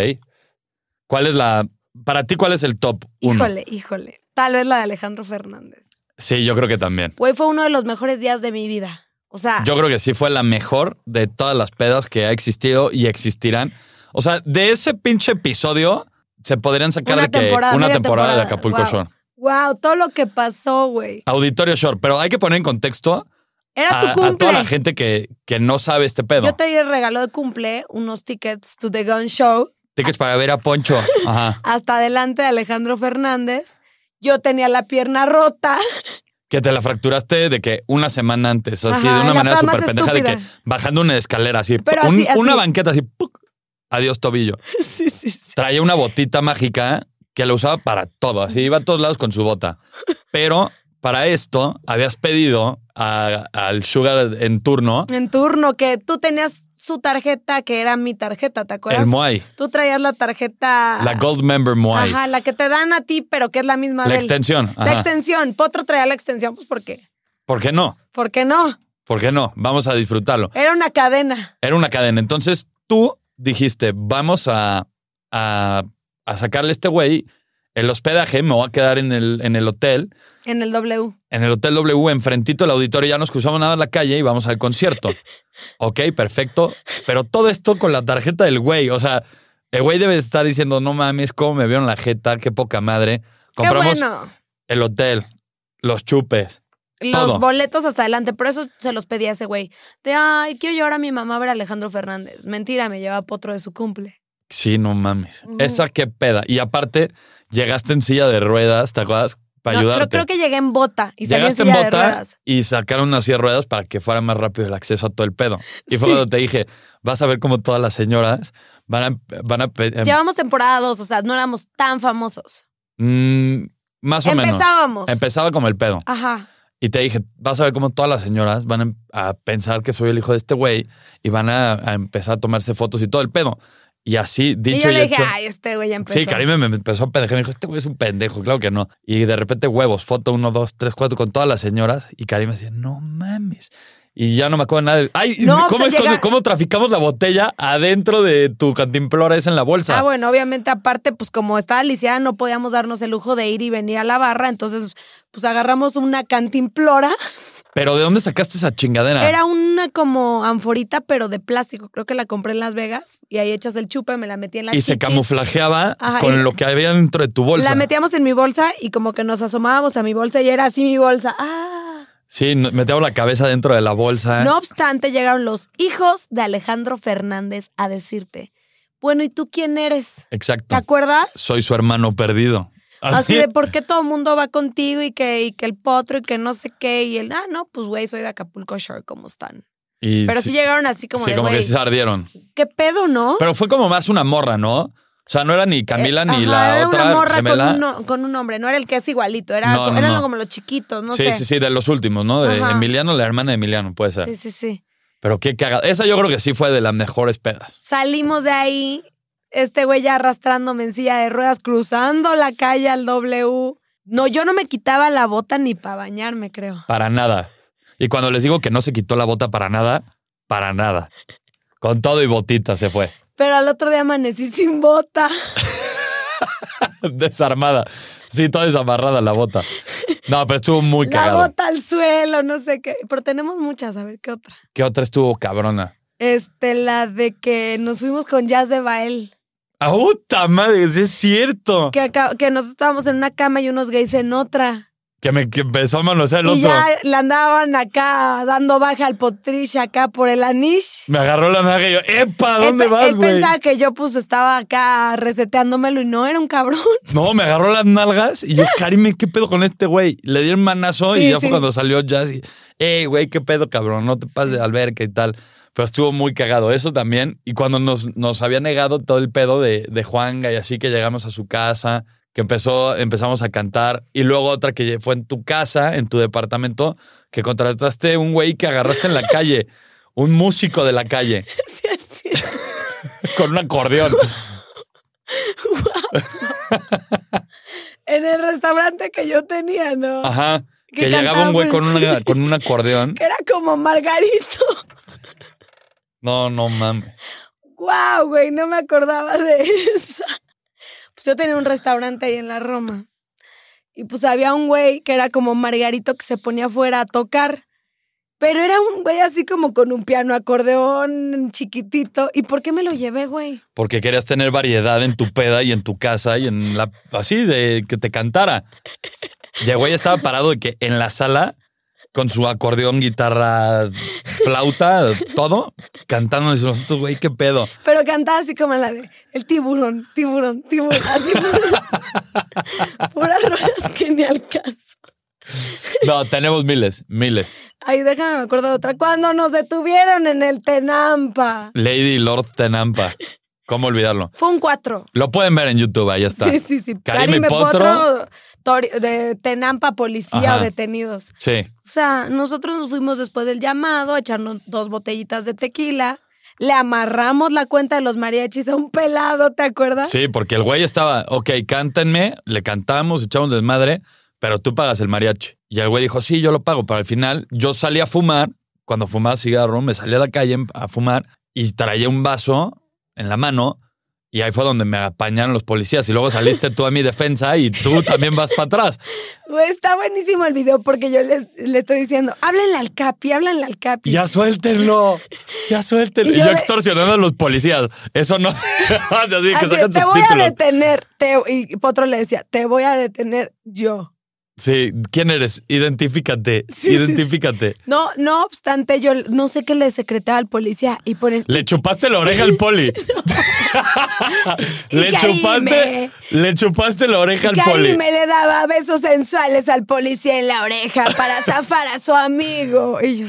[SPEAKER 4] ¿Cuál es la. Para ti, ¿cuál es el top uno?
[SPEAKER 3] Híjole, híjole. Tal vez la de Alejandro Fernández.
[SPEAKER 4] Sí, yo creo que también.
[SPEAKER 3] Güey, fue uno de los mejores días de mi vida. O sea,
[SPEAKER 4] Yo creo que sí fue la mejor de todas las pedas que ha existido y existirán. O sea, de ese pinche episodio se podrían sacar
[SPEAKER 3] Una
[SPEAKER 4] de que
[SPEAKER 3] temporada,
[SPEAKER 4] una
[SPEAKER 3] media
[SPEAKER 4] temporada, de
[SPEAKER 3] temporada.
[SPEAKER 4] Acapulco
[SPEAKER 3] Wow.
[SPEAKER 4] Shore.
[SPEAKER 3] wow, todo lo que pasó, güey.
[SPEAKER 4] Auditorio Shore, pero hay que poner en contexto
[SPEAKER 3] Era
[SPEAKER 4] a,
[SPEAKER 3] tu
[SPEAKER 4] a toda la
[SPEAKER 3] cumple.
[SPEAKER 4] gente que, que no sabe este pedo.
[SPEAKER 3] Yo te di el regalo de cumple, unos tickets to the gun show,
[SPEAKER 4] Tickets para ver a Poncho. Ajá.
[SPEAKER 3] hasta adelante de Alejandro Fernández. Yo tenía la pierna rota.
[SPEAKER 4] Que te la fracturaste de que una semana antes, así,
[SPEAKER 3] Ajá,
[SPEAKER 4] de una
[SPEAKER 3] la
[SPEAKER 4] manera
[SPEAKER 3] más
[SPEAKER 4] súper pendeja, de que
[SPEAKER 3] estúpida.
[SPEAKER 4] bajando una escalera así,
[SPEAKER 3] Pero
[SPEAKER 4] un-
[SPEAKER 3] así, así.
[SPEAKER 4] una banqueta así, ¡puc! adiós tobillo.
[SPEAKER 3] sí, sí, sí.
[SPEAKER 4] Traía una botita mágica que la usaba para todo, así iba a todos lados con su bota. Pero para esto habías pedido a- al Sugar en turno
[SPEAKER 3] En turno, que tú tenías su tarjeta, que era mi tarjeta, ¿te acuerdas?
[SPEAKER 4] el Moai,
[SPEAKER 3] Tú traías la tarjeta.
[SPEAKER 4] la Gold Member Moai,
[SPEAKER 3] Ajá, la que te dan a ti, pero que es la misma
[SPEAKER 4] la
[SPEAKER 3] de él.
[SPEAKER 4] extensión.
[SPEAKER 3] La
[SPEAKER 4] ajá.
[SPEAKER 3] extensión. Potro traía la extensión, pues ¿por qué?
[SPEAKER 4] ¿Por qué no?
[SPEAKER 3] ¿Por qué no?
[SPEAKER 4] ¿Por qué no? Vamos a disfrutarlo.
[SPEAKER 3] Era una cadena.
[SPEAKER 4] Era una cadena. Entonces tú dijiste, vamos a, a, a sacarle a este güey el hospedaje, me voy a quedar en el, en el hotel,
[SPEAKER 3] En el W.
[SPEAKER 4] en el Hotel W, enfrentito al auditorio, ya nos cruzamos nada en la calle y vamos al concierto. ok, perfecto. Pero todo esto con la tarjeta del güey. O sea, el güey debe estar diciendo, no mames, cómo me vieron la jeta, qué poca madre. Compramos
[SPEAKER 3] Qué bueno.
[SPEAKER 4] el hotel, los chupes.
[SPEAKER 3] Los
[SPEAKER 4] todo.
[SPEAKER 3] boletos hasta adelante. Por eso se los pedí a ese güey. De, ay, quiero llevar a mi mamá a ver a Alejandro Fernández. Mentira, me lleva a Potro de su cumple.
[SPEAKER 4] Sí, no mames.
[SPEAKER 3] Ujú.
[SPEAKER 4] Esa qué peda. Y aparte, llegaste en silla de ruedas, ¿te acuerdas? Para
[SPEAKER 3] No, creo-
[SPEAKER 4] ayudarte.
[SPEAKER 3] Creo, que llegué en bota y salí en
[SPEAKER 4] Llegaste en
[SPEAKER 3] silla de
[SPEAKER 4] bota
[SPEAKER 3] ruedas.
[SPEAKER 4] y sacaron unas silla de ruedas para que fuera más rápido el acceso a todo el pedo. Y fue
[SPEAKER 3] Sí.
[SPEAKER 4] cuando te dije, vas a ver cómo todas las señoras van a... Van a pe- em,
[SPEAKER 3] Llevamos temporada dos, o sea, no éramos tan famosos.
[SPEAKER 4] mm, más o menos. Em,
[SPEAKER 3] Empezábamos.
[SPEAKER 4] Empezaba como el pedo.
[SPEAKER 3] Ajá.
[SPEAKER 4] Y te dije, vas a ver cómo todas las señoras van a em- a, pensar que soy el hijo de este güey y van a, a empezar a tomarse fotos y todo el pedo. Y así, dicho
[SPEAKER 3] y yo
[SPEAKER 4] y
[SPEAKER 3] le dije,
[SPEAKER 4] hecho.
[SPEAKER 3] ay, este güey ya empezó.
[SPEAKER 4] Sí, Karime me empezó a pendejar. Me dijo, este güey es un pendejo, claro que no. Y de repente, huevos, foto 1, 2, 3, 4 con todas las señoras. Y Karime decía, no mames. Y ya no me acuerdo nada. de- Ay,
[SPEAKER 3] No,
[SPEAKER 4] ¿cómo,
[SPEAKER 3] o sea,
[SPEAKER 4] es cuando-
[SPEAKER 3] llega-
[SPEAKER 4] ¿cómo traficamos la botella adentro de tu cantimplora esa en la bolsa?
[SPEAKER 3] Ah, bueno, obviamente, aparte, pues como estaba lisiada, no podíamos darnos el lujo de ir y venir a la barra. Entonces, pues agarramos una cantimplora.
[SPEAKER 4] Pero ¿de dónde sacaste esa chingadera?
[SPEAKER 3] Era una como anforita, pero de plástico. Creo que la compré en Las Vegas y ahí echas el chupe, me la metí en la
[SPEAKER 4] y se
[SPEAKER 3] chichis.
[SPEAKER 4] camuflajeaba
[SPEAKER 3] Ajá,
[SPEAKER 4] con
[SPEAKER 3] y-
[SPEAKER 4] lo que había dentro de tu bolsa.
[SPEAKER 3] La metíamos en mi bolsa y como que nos asomábamos a mi bolsa y era así mi bolsa. Ah.
[SPEAKER 4] Sí, no- metíamos la cabeza dentro de la bolsa.
[SPEAKER 3] No obstante, llegaron los hijos de Alejandro Fernández a decirte, bueno, ¿y tú quién eres? ¿Te
[SPEAKER 4] Exacto.
[SPEAKER 3] acuerdas?
[SPEAKER 4] Soy su hermano perdido.
[SPEAKER 3] Así de por qué todo el mundo va contigo y que, y que el potro y que no sé qué. Y el, ah, no, pues güey, soy de Acapulco Shore, ¿cómo están?
[SPEAKER 4] Y
[SPEAKER 3] Pero sí,
[SPEAKER 4] sí,
[SPEAKER 3] llegaron así como
[SPEAKER 4] sí,
[SPEAKER 3] de,
[SPEAKER 4] como que
[SPEAKER 3] güey,
[SPEAKER 4] sí se ardieron.
[SPEAKER 3] ¿qué pedo, no?
[SPEAKER 4] Pero fue como más una morra, ¿no? O sea, no era ni Camila
[SPEAKER 3] Eh,
[SPEAKER 4] ni
[SPEAKER 3] ajá,
[SPEAKER 4] la
[SPEAKER 3] era
[SPEAKER 4] otra
[SPEAKER 3] una morra
[SPEAKER 4] gemela.
[SPEAKER 3] Con, un, no- con un hombre, no era el que es igualito, era,
[SPEAKER 4] No,
[SPEAKER 3] co-
[SPEAKER 4] no,
[SPEAKER 3] eran
[SPEAKER 4] no.
[SPEAKER 3] como los chiquitos, no
[SPEAKER 4] sí,
[SPEAKER 3] sé.
[SPEAKER 4] sí, sí, de los últimos, ¿no? De
[SPEAKER 3] Ajá.
[SPEAKER 4] Emiliano, la hermana de Emiliano, puede ser.
[SPEAKER 3] sí, sí, sí.
[SPEAKER 4] Pero qué cagada. Esa yo creo que sí fue de las mejores pedas.
[SPEAKER 3] Salimos de ahí, este güey ya arrastrándome en silla de ruedas, cruzando la calle al W. No, yo no me quitaba la bota ni para bañarme, creo.
[SPEAKER 4] Para nada. Y cuando les digo que no se quitó la bota para nada, para nada. Con todo y botita se fue.
[SPEAKER 3] Pero al otro día amanecí sin bota.
[SPEAKER 4] Desarmada. Sí, toda desamarrada la bota. No, pero estuvo muy
[SPEAKER 3] La
[SPEAKER 4] cagado.
[SPEAKER 3] bota al suelo, no sé qué. Pero tenemos muchas, a ver qué otra.
[SPEAKER 4] ¿Qué otra estuvo cabrona?
[SPEAKER 3] Este, la de que nos fuimos con Jazz de Bael.
[SPEAKER 4] ¡Ah, puta madre! Sí, es cierto.
[SPEAKER 3] Que, acá- que nos estábamos en una cama y unos gays en otra.
[SPEAKER 4] Que me que empezó a manosear el
[SPEAKER 3] y
[SPEAKER 4] otro.
[SPEAKER 3] ya le andaban acá dando baja al potrillo acá por el anish.
[SPEAKER 4] Me agarró la naga y yo, ¡epa! ¿Dónde
[SPEAKER 3] él, pe-
[SPEAKER 4] vas,
[SPEAKER 3] él
[SPEAKER 4] güey?
[SPEAKER 3] pensaba que yo pues estaba acá reseteándomelo y no era un cabrón.
[SPEAKER 4] No, me agarró las nalgas y yo, Karime, ¿qué pedo con este güey? Le di el manazo y
[SPEAKER 3] Sí,
[SPEAKER 4] ya fue
[SPEAKER 3] sí.
[SPEAKER 4] cuando salió Jazz y, ¡ey, güey, qué pedo, cabrón! No te pases de alberca y tal. Pero estuvo muy cagado eso también. Y cuando nos, nos había negado todo el pedo de, de Juanga y así que llegamos a su casa, que empezó, empezamos a cantar. Y luego otra que fue en tu casa, en tu departamento, que contrataste un güey que agarraste en la calle. Un músico de la calle
[SPEAKER 3] Sí, sí.
[SPEAKER 4] con un acordeón.
[SPEAKER 3] En el restaurante que yo tenía, ¿no?
[SPEAKER 4] Ajá.
[SPEAKER 3] Que
[SPEAKER 4] Que llegaba un güey con,
[SPEAKER 3] cantaba.
[SPEAKER 4] una, con un acordeón.
[SPEAKER 3] Que era como Margarito.
[SPEAKER 4] No, no mames.
[SPEAKER 3] ¡Guau, güey! No me acordaba de esa. Pues yo tenía un restaurante ahí en la Roma. Y pues había un güey que era como Margarito que se ponía afuera a tocar. Pero era un güey así como con un piano, acordeón chiquitito. ¿Y por qué me lo llevé, güey?
[SPEAKER 4] Porque querías tener variedad en tu peda y en tu casa y en la. Así, de que te cantara. Llegó y estaba parado de que en la sala, con su acordeón, guitarra, flauta, todo, cantando. Y nosotros, güey, qué pedo.
[SPEAKER 3] Pero cantaba así como la de el tiburón, tiburón, tiburón. Así, pues, puras rolas que ni al caso.
[SPEAKER 4] No, tenemos miles, miles.
[SPEAKER 3] Ay, déjame, me acuerdo de otra. Cuando nos detuvieron en el Tenampa.
[SPEAKER 4] Lady Lord Tenampa. ¿Cómo olvidarlo?
[SPEAKER 3] Fue un cuatro.
[SPEAKER 4] Lo pueden ver en YouTube, ahí está.
[SPEAKER 3] Sí, sí, sí.
[SPEAKER 4] Karime
[SPEAKER 3] Karime
[SPEAKER 4] Potro.
[SPEAKER 3] Potro, tori- de Tenampa, policía
[SPEAKER 4] Ajá.
[SPEAKER 3] o detenidos.
[SPEAKER 4] Sí.
[SPEAKER 3] O sea, nosotros nos fuimos después del llamado a echarnos dos botellitas de tequila. Le amarramos la cuenta de los mariachis a un pelado, ¿te acuerdas?
[SPEAKER 4] Sí, porque el güey estaba, ok, cántenme, le cantamos, echamos desmadre, pero tú pagas el mariachi. Y el güey dijo, sí, yo lo pago, pero al final yo salí a fumar, cuando fumaba cigarro, me salí a la calle a fumar y traía un vaso en la mano y ahí fue donde me apañaron los policías y luego saliste tú a mi defensa y tú también vas para atrás.
[SPEAKER 3] Güey, está buenísimo el video porque yo les, le estoy diciendo, háblenle al Capi, háblenle al Capi.
[SPEAKER 4] Ya suéltenlo, ya suéltenlo. Y
[SPEAKER 3] Y yo
[SPEAKER 4] yo
[SPEAKER 3] le-
[SPEAKER 4] extorsionando a los policías. Eso no se hace así, que
[SPEAKER 3] Así,
[SPEAKER 4] sacan
[SPEAKER 3] te
[SPEAKER 4] sus
[SPEAKER 3] voy a
[SPEAKER 4] títulos.
[SPEAKER 3] detener. te- y Potro le decía, te voy a detener yo.
[SPEAKER 4] Sí, ¿quién eres? Identifícate,
[SPEAKER 3] Sí, sí, sí.
[SPEAKER 4] identifícate.
[SPEAKER 3] No, no obstante, yo no sé qué le secretaba al policía y ponen.
[SPEAKER 4] Le chupaste la oreja al poli. le
[SPEAKER 3] Y Karime.
[SPEAKER 4] chupaste, le chupaste la oreja al poli.
[SPEAKER 3] me le daba besos sensuales al policía en la oreja para zafar a su amigo. Y yo,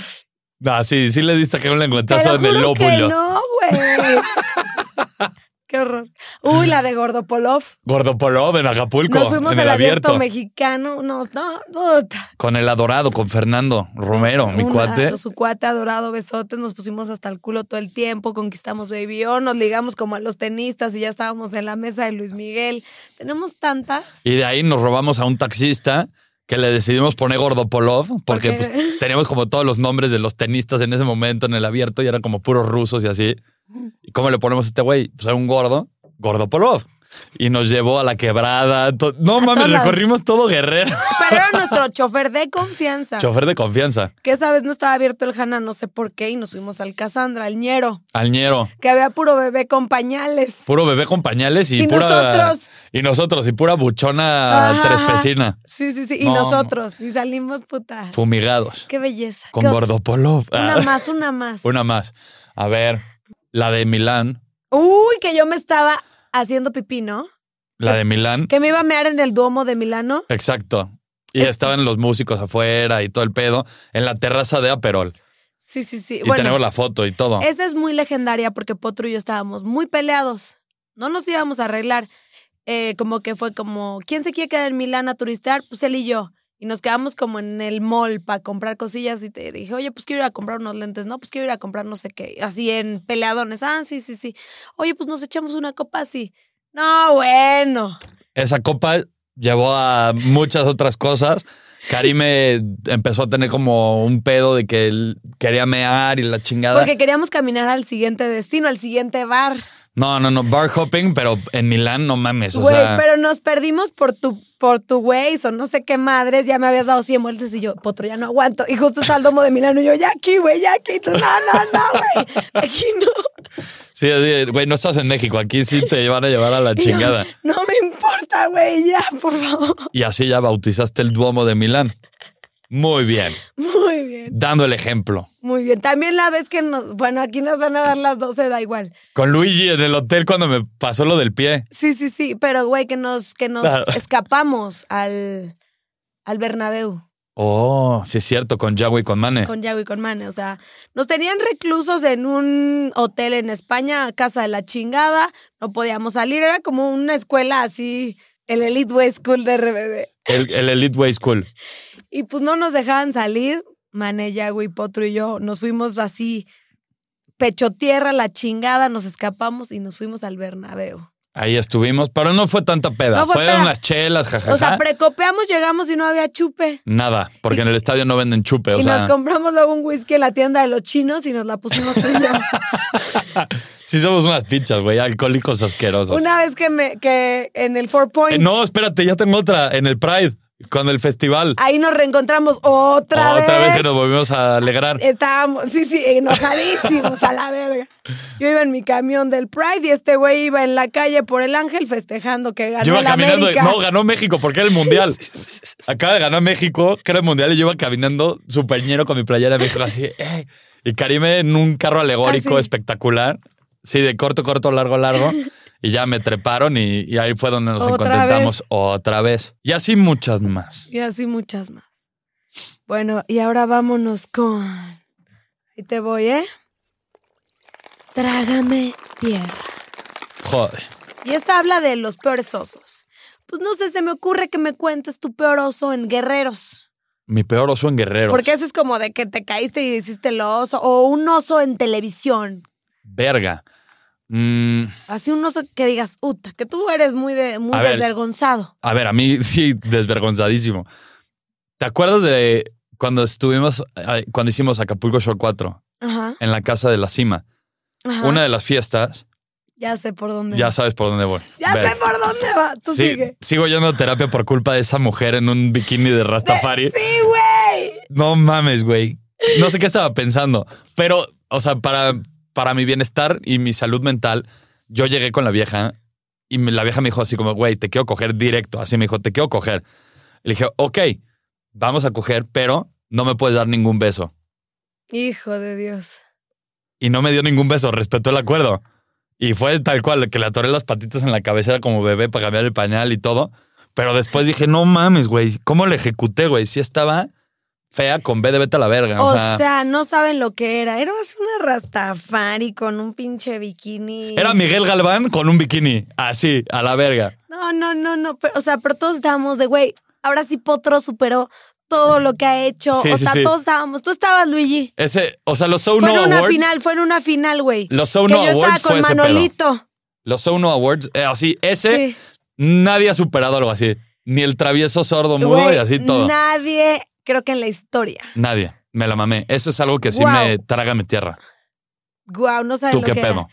[SPEAKER 4] Ah, sí, sí le diste que un
[SPEAKER 3] te
[SPEAKER 4] lenguetazo
[SPEAKER 3] lo
[SPEAKER 4] en el
[SPEAKER 3] juro que
[SPEAKER 4] lóbulo.
[SPEAKER 3] no, güey. qué horror. Uy, la de Gordopolov.
[SPEAKER 4] Gordopolov en Acapulco,
[SPEAKER 3] Nos fuimos
[SPEAKER 4] en el
[SPEAKER 3] al abierto,
[SPEAKER 4] abierto.
[SPEAKER 3] mexicano. No, no, puta.
[SPEAKER 4] Con el adorado, con Fernando Romero, mi
[SPEAKER 3] Una-
[SPEAKER 4] cuate.
[SPEAKER 3] Su cuate adorado, besotes. Nos pusimos hasta el culo todo el tiempo. Conquistamos Baby O. Nos ligamos como a los tenistas y ya estábamos en la mesa de Luis Miguel. Tenemos tantas.
[SPEAKER 4] Y de ahí nos robamos a un taxista que le decidimos poner Gordopolov porque
[SPEAKER 3] Porque-
[SPEAKER 4] pues, teníamos como todos los nombres de los tenistas en ese momento en el abierto y eran como puros rusos y así. ¿Y cómo le ponemos a este güey? Pues era un gordo, Gordopolov. Y nos llevó a la quebrada. to- no
[SPEAKER 3] A
[SPEAKER 4] mames,
[SPEAKER 3] todos lados.
[SPEAKER 4] recorrimos todo Guerrero.
[SPEAKER 3] Pero era nuestro chofer de confianza.
[SPEAKER 4] Chofer de confianza,
[SPEAKER 3] que esa vez no estaba abierto el Hanna, no sé por qué, y nos fuimos al Cassandra, al ñero,
[SPEAKER 4] alñero,
[SPEAKER 3] que había puro bebé con pañales.
[SPEAKER 4] puro bebé con pañales y,
[SPEAKER 3] Y
[SPEAKER 4] pura.
[SPEAKER 3] nosotros.
[SPEAKER 4] Y nosotros, y pura buchona
[SPEAKER 3] Ajá.
[SPEAKER 4] trespecina,
[SPEAKER 3] Sí, sí, sí. Y
[SPEAKER 4] No,
[SPEAKER 3] nosotros, y salimos puta.
[SPEAKER 4] fumigados.
[SPEAKER 3] Qué belleza.
[SPEAKER 4] Con
[SPEAKER 3] Qué-
[SPEAKER 4] Gordopolov. Ah.
[SPEAKER 3] Una más, una más.
[SPEAKER 4] Una más. A ver, la de Milán.
[SPEAKER 3] Uy, que yo me estaba haciendo pipí, ¿no?
[SPEAKER 4] La de Milán.
[SPEAKER 3] Que me iba a mear en el Duomo de Milano.
[SPEAKER 4] Exacto. Y estaban los músicos afuera y todo el pedo en la terraza de Aperol.
[SPEAKER 3] Sí, sí, sí.
[SPEAKER 4] Y tenemos
[SPEAKER 3] bueno,
[SPEAKER 4] la foto y todo.
[SPEAKER 3] esa es muy legendaria porque Potro y yo estábamos muy peleados. No nos íbamos a arreglar. Eh, como que fue como, ¿quién se quiere quedar en Milán a turistear? Pues él y yo. Y nos quedamos como en el mall para comprar cosillas y te dije, oye, pues quiero ir a comprar unos lentes, no, pues quiero ir a comprar no sé qué. Así en peleadones. Ah, sí, sí, sí. Oye, pues nos echamos una copa así. No, bueno.
[SPEAKER 4] Esa copa llevó a muchas otras cosas. Karime empezó a tener como un pedo de que él quería mear y la chingada.
[SPEAKER 3] Porque queríamos caminar al siguiente destino, al siguiente bar.
[SPEAKER 4] No, no, no, bar hopping, pero en Milán no mames. O
[SPEAKER 3] Güey,
[SPEAKER 4] sea,
[SPEAKER 3] pero nos perdimos por tu por tu güey, o no sé qué madres, ya me habías dado 100 vueltas y yo, potro, ya no aguanto. Y justo está el domo de Milano y yo, ya aquí, güey, ya aquí. Y tú, no, no, no, güey, aquí no.
[SPEAKER 4] sí, sí, güey, no estás en México. Aquí sí te van a llevar a la
[SPEAKER 3] Y yo,
[SPEAKER 4] chingada.
[SPEAKER 3] no me importa, güey, ya, por favor.
[SPEAKER 4] Y así ya bautizaste el Duomo de Milán. Muy bien,
[SPEAKER 3] Muy bien,
[SPEAKER 4] dando el ejemplo.
[SPEAKER 3] muy bien. También la vez que nos, bueno, aquí nos van a dar las 12, da igual.
[SPEAKER 4] Con Luigi en el hotel cuando me pasó lo del pie.
[SPEAKER 3] Sí, sí, sí, pero güey, que nos, que nos
[SPEAKER 4] Claro.
[SPEAKER 3] escapamos al, al Bernabéu.
[SPEAKER 4] Oh, sí es cierto, con Yahweh y con Mane.
[SPEAKER 3] con Yago y con Mane. O sea, nos tenían reclusos en un hotel en España, casa de la chingada, no podíamos salir, era como una escuela así, el Elite Way School de RBD.
[SPEAKER 4] El, el Elite Way School.
[SPEAKER 3] Y pues no nos dejaban salir, Mane, Yago y Potro y yo, nos fuimos así, pecho tierra, la chingada, nos escapamos y nos fuimos al Bernabéu.
[SPEAKER 4] Ahí estuvimos, pero no fue tanta peda.
[SPEAKER 3] No
[SPEAKER 4] fue
[SPEAKER 3] fue peda.
[SPEAKER 4] unas chelas, jajaja.
[SPEAKER 3] O sea, precopeamos, llegamos y no había chupe.
[SPEAKER 4] Nada, porque en el estadio no venden chupe. O
[SPEAKER 3] y
[SPEAKER 4] sea,
[SPEAKER 3] nos compramos luego un whisky en la tienda de los chinos y nos la pusimos tú y yo.
[SPEAKER 4] Sí somos unas pichas, güey, alcohólicos asquerosos.
[SPEAKER 3] Una vez que me que en el Four Points,
[SPEAKER 4] Eh, no, espérate, ya tengo otra en el Pride, con el festival.
[SPEAKER 3] ahí nos reencontramos otra,
[SPEAKER 4] Otra
[SPEAKER 3] vez.
[SPEAKER 4] vez que nos volvimos a alegrar.
[SPEAKER 3] Estábamos, sí, sí, enojadísimos a la verga. Yo iba en mi camión del Pride y este güey iba en la calle por el Ángel festejando que ganó
[SPEAKER 4] Yo iba
[SPEAKER 3] la
[SPEAKER 4] caminando. y-
[SPEAKER 3] América.
[SPEAKER 4] No, ganó México porque era el mundial. Acaba de ganar México, que era el mundial, y yo iba caminando superñero con mi playera de México, así. eh. Y Karime en un carro alegórico
[SPEAKER 3] Así.
[SPEAKER 4] espectacular. Sí, de corto, corto, largo, largo. Y ya me treparon y, y ahí fue donde nos
[SPEAKER 3] Otra
[SPEAKER 4] encontramos otra vez. Y así muchas más.
[SPEAKER 3] Y así muchas más. Bueno, y ahora vámonos con. Ahí te voy, ¿eh? Trágame tierra.
[SPEAKER 4] Joder.
[SPEAKER 3] Y esta habla de los peores osos. Pues no sé, se me ocurre que me cuentes tu peor oso en guerreros.
[SPEAKER 4] Mi peor oso en guerrero.
[SPEAKER 3] Porque ese es como de que te caíste y hiciste el oso. O un oso en televisión.
[SPEAKER 4] Verga. Mm,
[SPEAKER 3] Así un oso que digas, uta, que tú eres muy, de, muy
[SPEAKER 4] A ver.
[SPEAKER 3] desvergonzado.
[SPEAKER 4] a ver, a mí sí, desvergonzadísimo. ¿Te acuerdas de cuando estuvimos, eh, cuando hicimos Acapulco Shore 4
[SPEAKER 3] Ajá.
[SPEAKER 4] en la casa de la cima?
[SPEAKER 3] ajá.
[SPEAKER 4] Una de las fiestas,
[SPEAKER 3] Ya sé por dónde.
[SPEAKER 4] ya
[SPEAKER 3] va.
[SPEAKER 4] sabes por dónde voy.
[SPEAKER 3] Ya
[SPEAKER 4] Ver.
[SPEAKER 3] sé por dónde va. Tú
[SPEAKER 4] Sí,
[SPEAKER 3] sigue.
[SPEAKER 4] Sigo yendo a terapia por culpa de esa mujer en un bikini de Rastafari.
[SPEAKER 3] Sí, güey.
[SPEAKER 4] No mames, güey. No sé qué estaba pensando, pero, o sea, para, para mi bienestar y mi salud mental, yo llegué con la vieja y me- la vieja me dijo así como, güey, te quiero coger directo. Así me dijo, te quiero coger. Le dije, ok, vamos a coger, pero no me puedes dar ningún beso.
[SPEAKER 3] Hijo de Dios.
[SPEAKER 4] Y no me dio ningún beso, respetó el acuerdo. Y fue tal cual, que le atoré las patitas en la cabecera como bebé para cambiar el pañal y todo. Pero después dije, no mames, güey, ¿cómo le ejecuté, güey? Si estaba fea con B de vete a la verga.
[SPEAKER 3] O sea, no saben lo que era. Era una rastafari con un pinche bikini.
[SPEAKER 4] Era Miguel Galván con un bikini, así, a la verga.
[SPEAKER 3] No, no, no, no. pero- o sea, pero todos estábamos de, güey, ahora sí Potro superó todo lo que ha hecho.
[SPEAKER 4] Sí,
[SPEAKER 3] o
[SPEAKER 4] sí,
[SPEAKER 3] sea,
[SPEAKER 4] sí.
[SPEAKER 3] todos estábamos. Tú estabas, Luigi.
[SPEAKER 4] Ese, o sea, los So
[SPEAKER 3] Fue
[SPEAKER 4] No
[SPEAKER 3] en una
[SPEAKER 4] Awards.
[SPEAKER 3] final, fue en una final, güey.
[SPEAKER 4] Los So
[SPEAKER 3] que
[SPEAKER 4] No
[SPEAKER 3] yo estaba
[SPEAKER 4] Awards fue
[SPEAKER 3] con
[SPEAKER 4] ese pedo.
[SPEAKER 3] Manolito.
[SPEAKER 4] Los So No Awards, eh, así, ese,
[SPEAKER 3] Sí.
[SPEAKER 4] nadie ha superado algo así. Ni el travieso sordo mudo
[SPEAKER 3] Güey,
[SPEAKER 4] y así todo.
[SPEAKER 3] Nadie, creo que en la historia.
[SPEAKER 4] nadie. Me la mamé. Eso es algo que sí
[SPEAKER 3] Guau.
[SPEAKER 4] me traga mi tierra.
[SPEAKER 3] Guau, no saben
[SPEAKER 4] ¿Tú
[SPEAKER 3] lo
[SPEAKER 4] qué
[SPEAKER 3] que era.
[SPEAKER 4] pedo?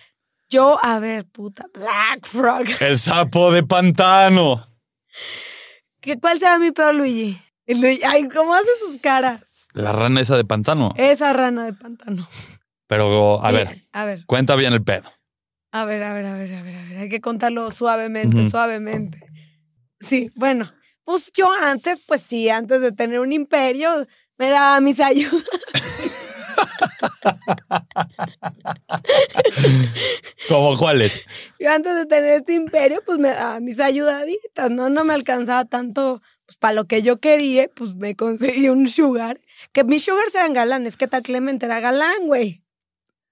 [SPEAKER 3] Yo, a ver, puta, Black Frog.
[SPEAKER 4] El sapo de pantano.
[SPEAKER 3] ¿Qué- ¿Cuál será mi peor Luigi? El Luigi- Ay, ¿cómo hace sus caras?
[SPEAKER 4] La rana esa de pantano.
[SPEAKER 3] Esa rana de pantano.
[SPEAKER 4] Pero, a
[SPEAKER 3] Mira,
[SPEAKER 4] ver,
[SPEAKER 3] A ver,
[SPEAKER 4] cuenta bien el pedo.
[SPEAKER 3] a ver, a ver, a ver, a ver, a ver. Hay que contarlo suavemente,
[SPEAKER 4] Ujú.
[SPEAKER 3] suavemente. Sí, bueno. Pues yo antes, pues sí, antes de tener un imperio, me daba mis ayudas.
[SPEAKER 4] ¿Cómo cuáles?
[SPEAKER 3] Yo antes de tener este imperio, pues me daba mis ayudaditas, ¿no? No me alcanzaba tanto pues, para lo que yo quería, pues me conseguí un sugar. Que mis sugars eran galanes. ¿Qué tal Clemente? Era galán, güey.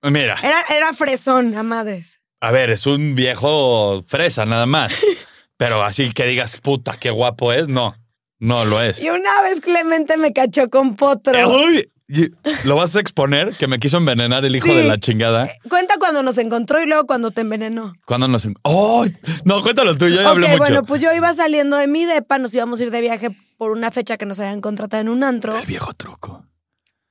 [SPEAKER 4] Mira,
[SPEAKER 3] Era, era fresón, a madres.
[SPEAKER 4] a ver, es un viejo fresa nada más. Pero así que digas, puta, qué guapo es, no. No lo es.
[SPEAKER 3] Y una vez Clemente me cachó con potro.
[SPEAKER 4] Eh, uy, y- ¿Lo vas a exponer? Que me quiso envenenar el hijo
[SPEAKER 3] Sí. Eh.
[SPEAKER 4] de la chingada.
[SPEAKER 3] Cuenta cuando nos encontró y luego cuando te envenenó.
[SPEAKER 4] ¿Cuándo nos.? en- ¡Oh! No, cuéntalo tú, yo ya
[SPEAKER 3] ok,
[SPEAKER 4] hablé mucho.
[SPEAKER 3] bueno, pues yo iba saliendo de mi depa, nos íbamos a ir de viaje por una fecha que nos habían contratado en un antro.
[SPEAKER 4] El viejo truco.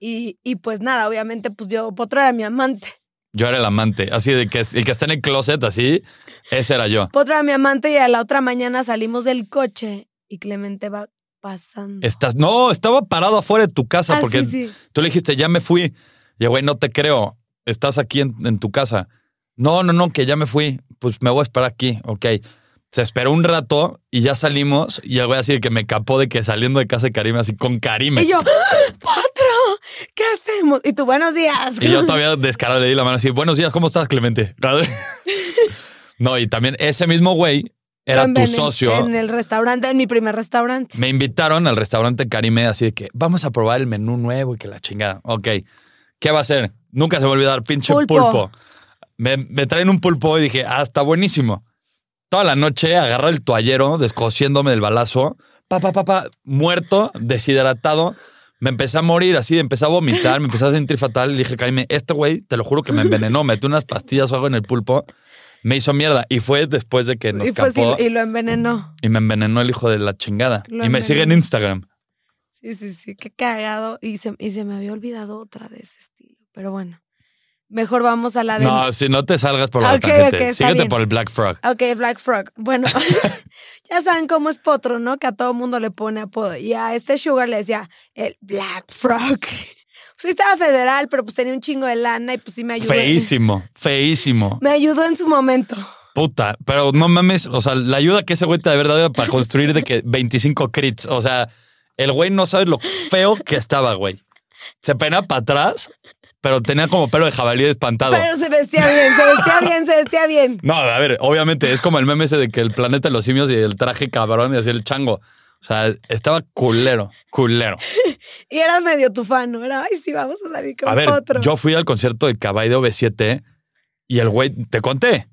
[SPEAKER 3] Y, y pues nada, obviamente, pues yo, Potro era mi amante.
[SPEAKER 4] Yo era el amante, así de que el que está en el closet, así, ese era yo.
[SPEAKER 3] Potro era mi amante y a la otra mañana salimos del coche y Clemente va pasando.
[SPEAKER 4] Estás. No, estaba parado afuera de tu casa
[SPEAKER 3] Ah,
[SPEAKER 4] porque
[SPEAKER 3] sí, sí.
[SPEAKER 4] tú le dijiste, ya me fui. Y güey, no te creo. Estás aquí en, en tu casa. No, no, no, que ya me fui. Pues me voy a esperar aquí. Ok. Se esperó un rato y ya salimos. Y el güey así de que me capó de que saliendo de casa de Karime, así con Karime.
[SPEAKER 3] Y yo, ¡Ah! Potro, ¿qué hacemos? Y tú, buenos días.
[SPEAKER 4] Y yo todavía descarado le di la mano así, buenos días, ¿cómo estás, Clemente? No, y también ese mismo güey era
[SPEAKER 3] En-
[SPEAKER 4] tu
[SPEAKER 3] en-
[SPEAKER 4] socio.
[SPEAKER 3] En el restaurante, en mi primer restaurante.
[SPEAKER 4] Me invitaron al restaurante Karime así de que vamos a probar el menú nuevo y que la chingada. Ok, ¿qué va a ser? Nunca se va a olvidar, pinche
[SPEAKER 3] Pulpo.
[SPEAKER 4] pulpo. Me, me traen un pulpo y dije, ah, está buenísimo. Toda la noche agarré el toallero, descosiéndome del balazo, pa, pa, pa, pa, muerto, deshidratado. Me empecé a morir así, empecé a vomitar, me empecé a sentir fatal. Y dije, Karime, este güey, te lo juro que me envenenó. Metí unas pastillas o algo en el pulpo, me hizo mierda. Y fue después de que nos
[SPEAKER 3] y, pues,
[SPEAKER 4] capó
[SPEAKER 3] y, y lo envenenó.
[SPEAKER 4] y me envenenó el hijo de la chingada.
[SPEAKER 3] Lo
[SPEAKER 4] y me sigue en
[SPEAKER 3] envenenó.
[SPEAKER 4] Instagram.
[SPEAKER 3] Sí, sí, sí, qué cagado. Y se, y se me había olvidado otra de ese estilo. Pero bueno, Mejor vamos a la de...
[SPEAKER 4] No, si no te salgas por la
[SPEAKER 3] Ok,
[SPEAKER 4] tangente.
[SPEAKER 3] ok, está
[SPEAKER 4] Síguete
[SPEAKER 3] bien.
[SPEAKER 4] por el Black Frog.
[SPEAKER 3] Ok, Black Frog. Bueno, ya saben cómo es Potro, ¿no? Que a todo mundo le pone apodo. Y a este Sugar le decía el Black Frog. Pues sí estaba federal, pero pues tenía un chingo de lana y pues sí me ayudó.
[SPEAKER 4] Feísimo, feísimo.
[SPEAKER 3] Me ayudó en su momento.
[SPEAKER 4] Puta, pero no mames, o sea, la ayuda que ese güey te de verdad era para construir de que 25 crits, o sea, el güey no sabe lo feo que estaba, güey. Se pena para atrás, pero tenía como pelo de jabalí espantado.
[SPEAKER 3] Pero se vestía bien, se vestía bien, se vestía bien.
[SPEAKER 4] No, a ver, obviamente es como el meme ese de que el planeta de los simios y el traje cabrón y así el chango. O sea, estaba culero, culero.
[SPEAKER 3] Y era medio tufano. Era, ay, sí, vamos a salir con
[SPEAKER 4] A ver,
[SPEAKER 3] Potro.
[SPEAKER 4] yo fui al concierto de Cabay de OV7 y el güey, te conté.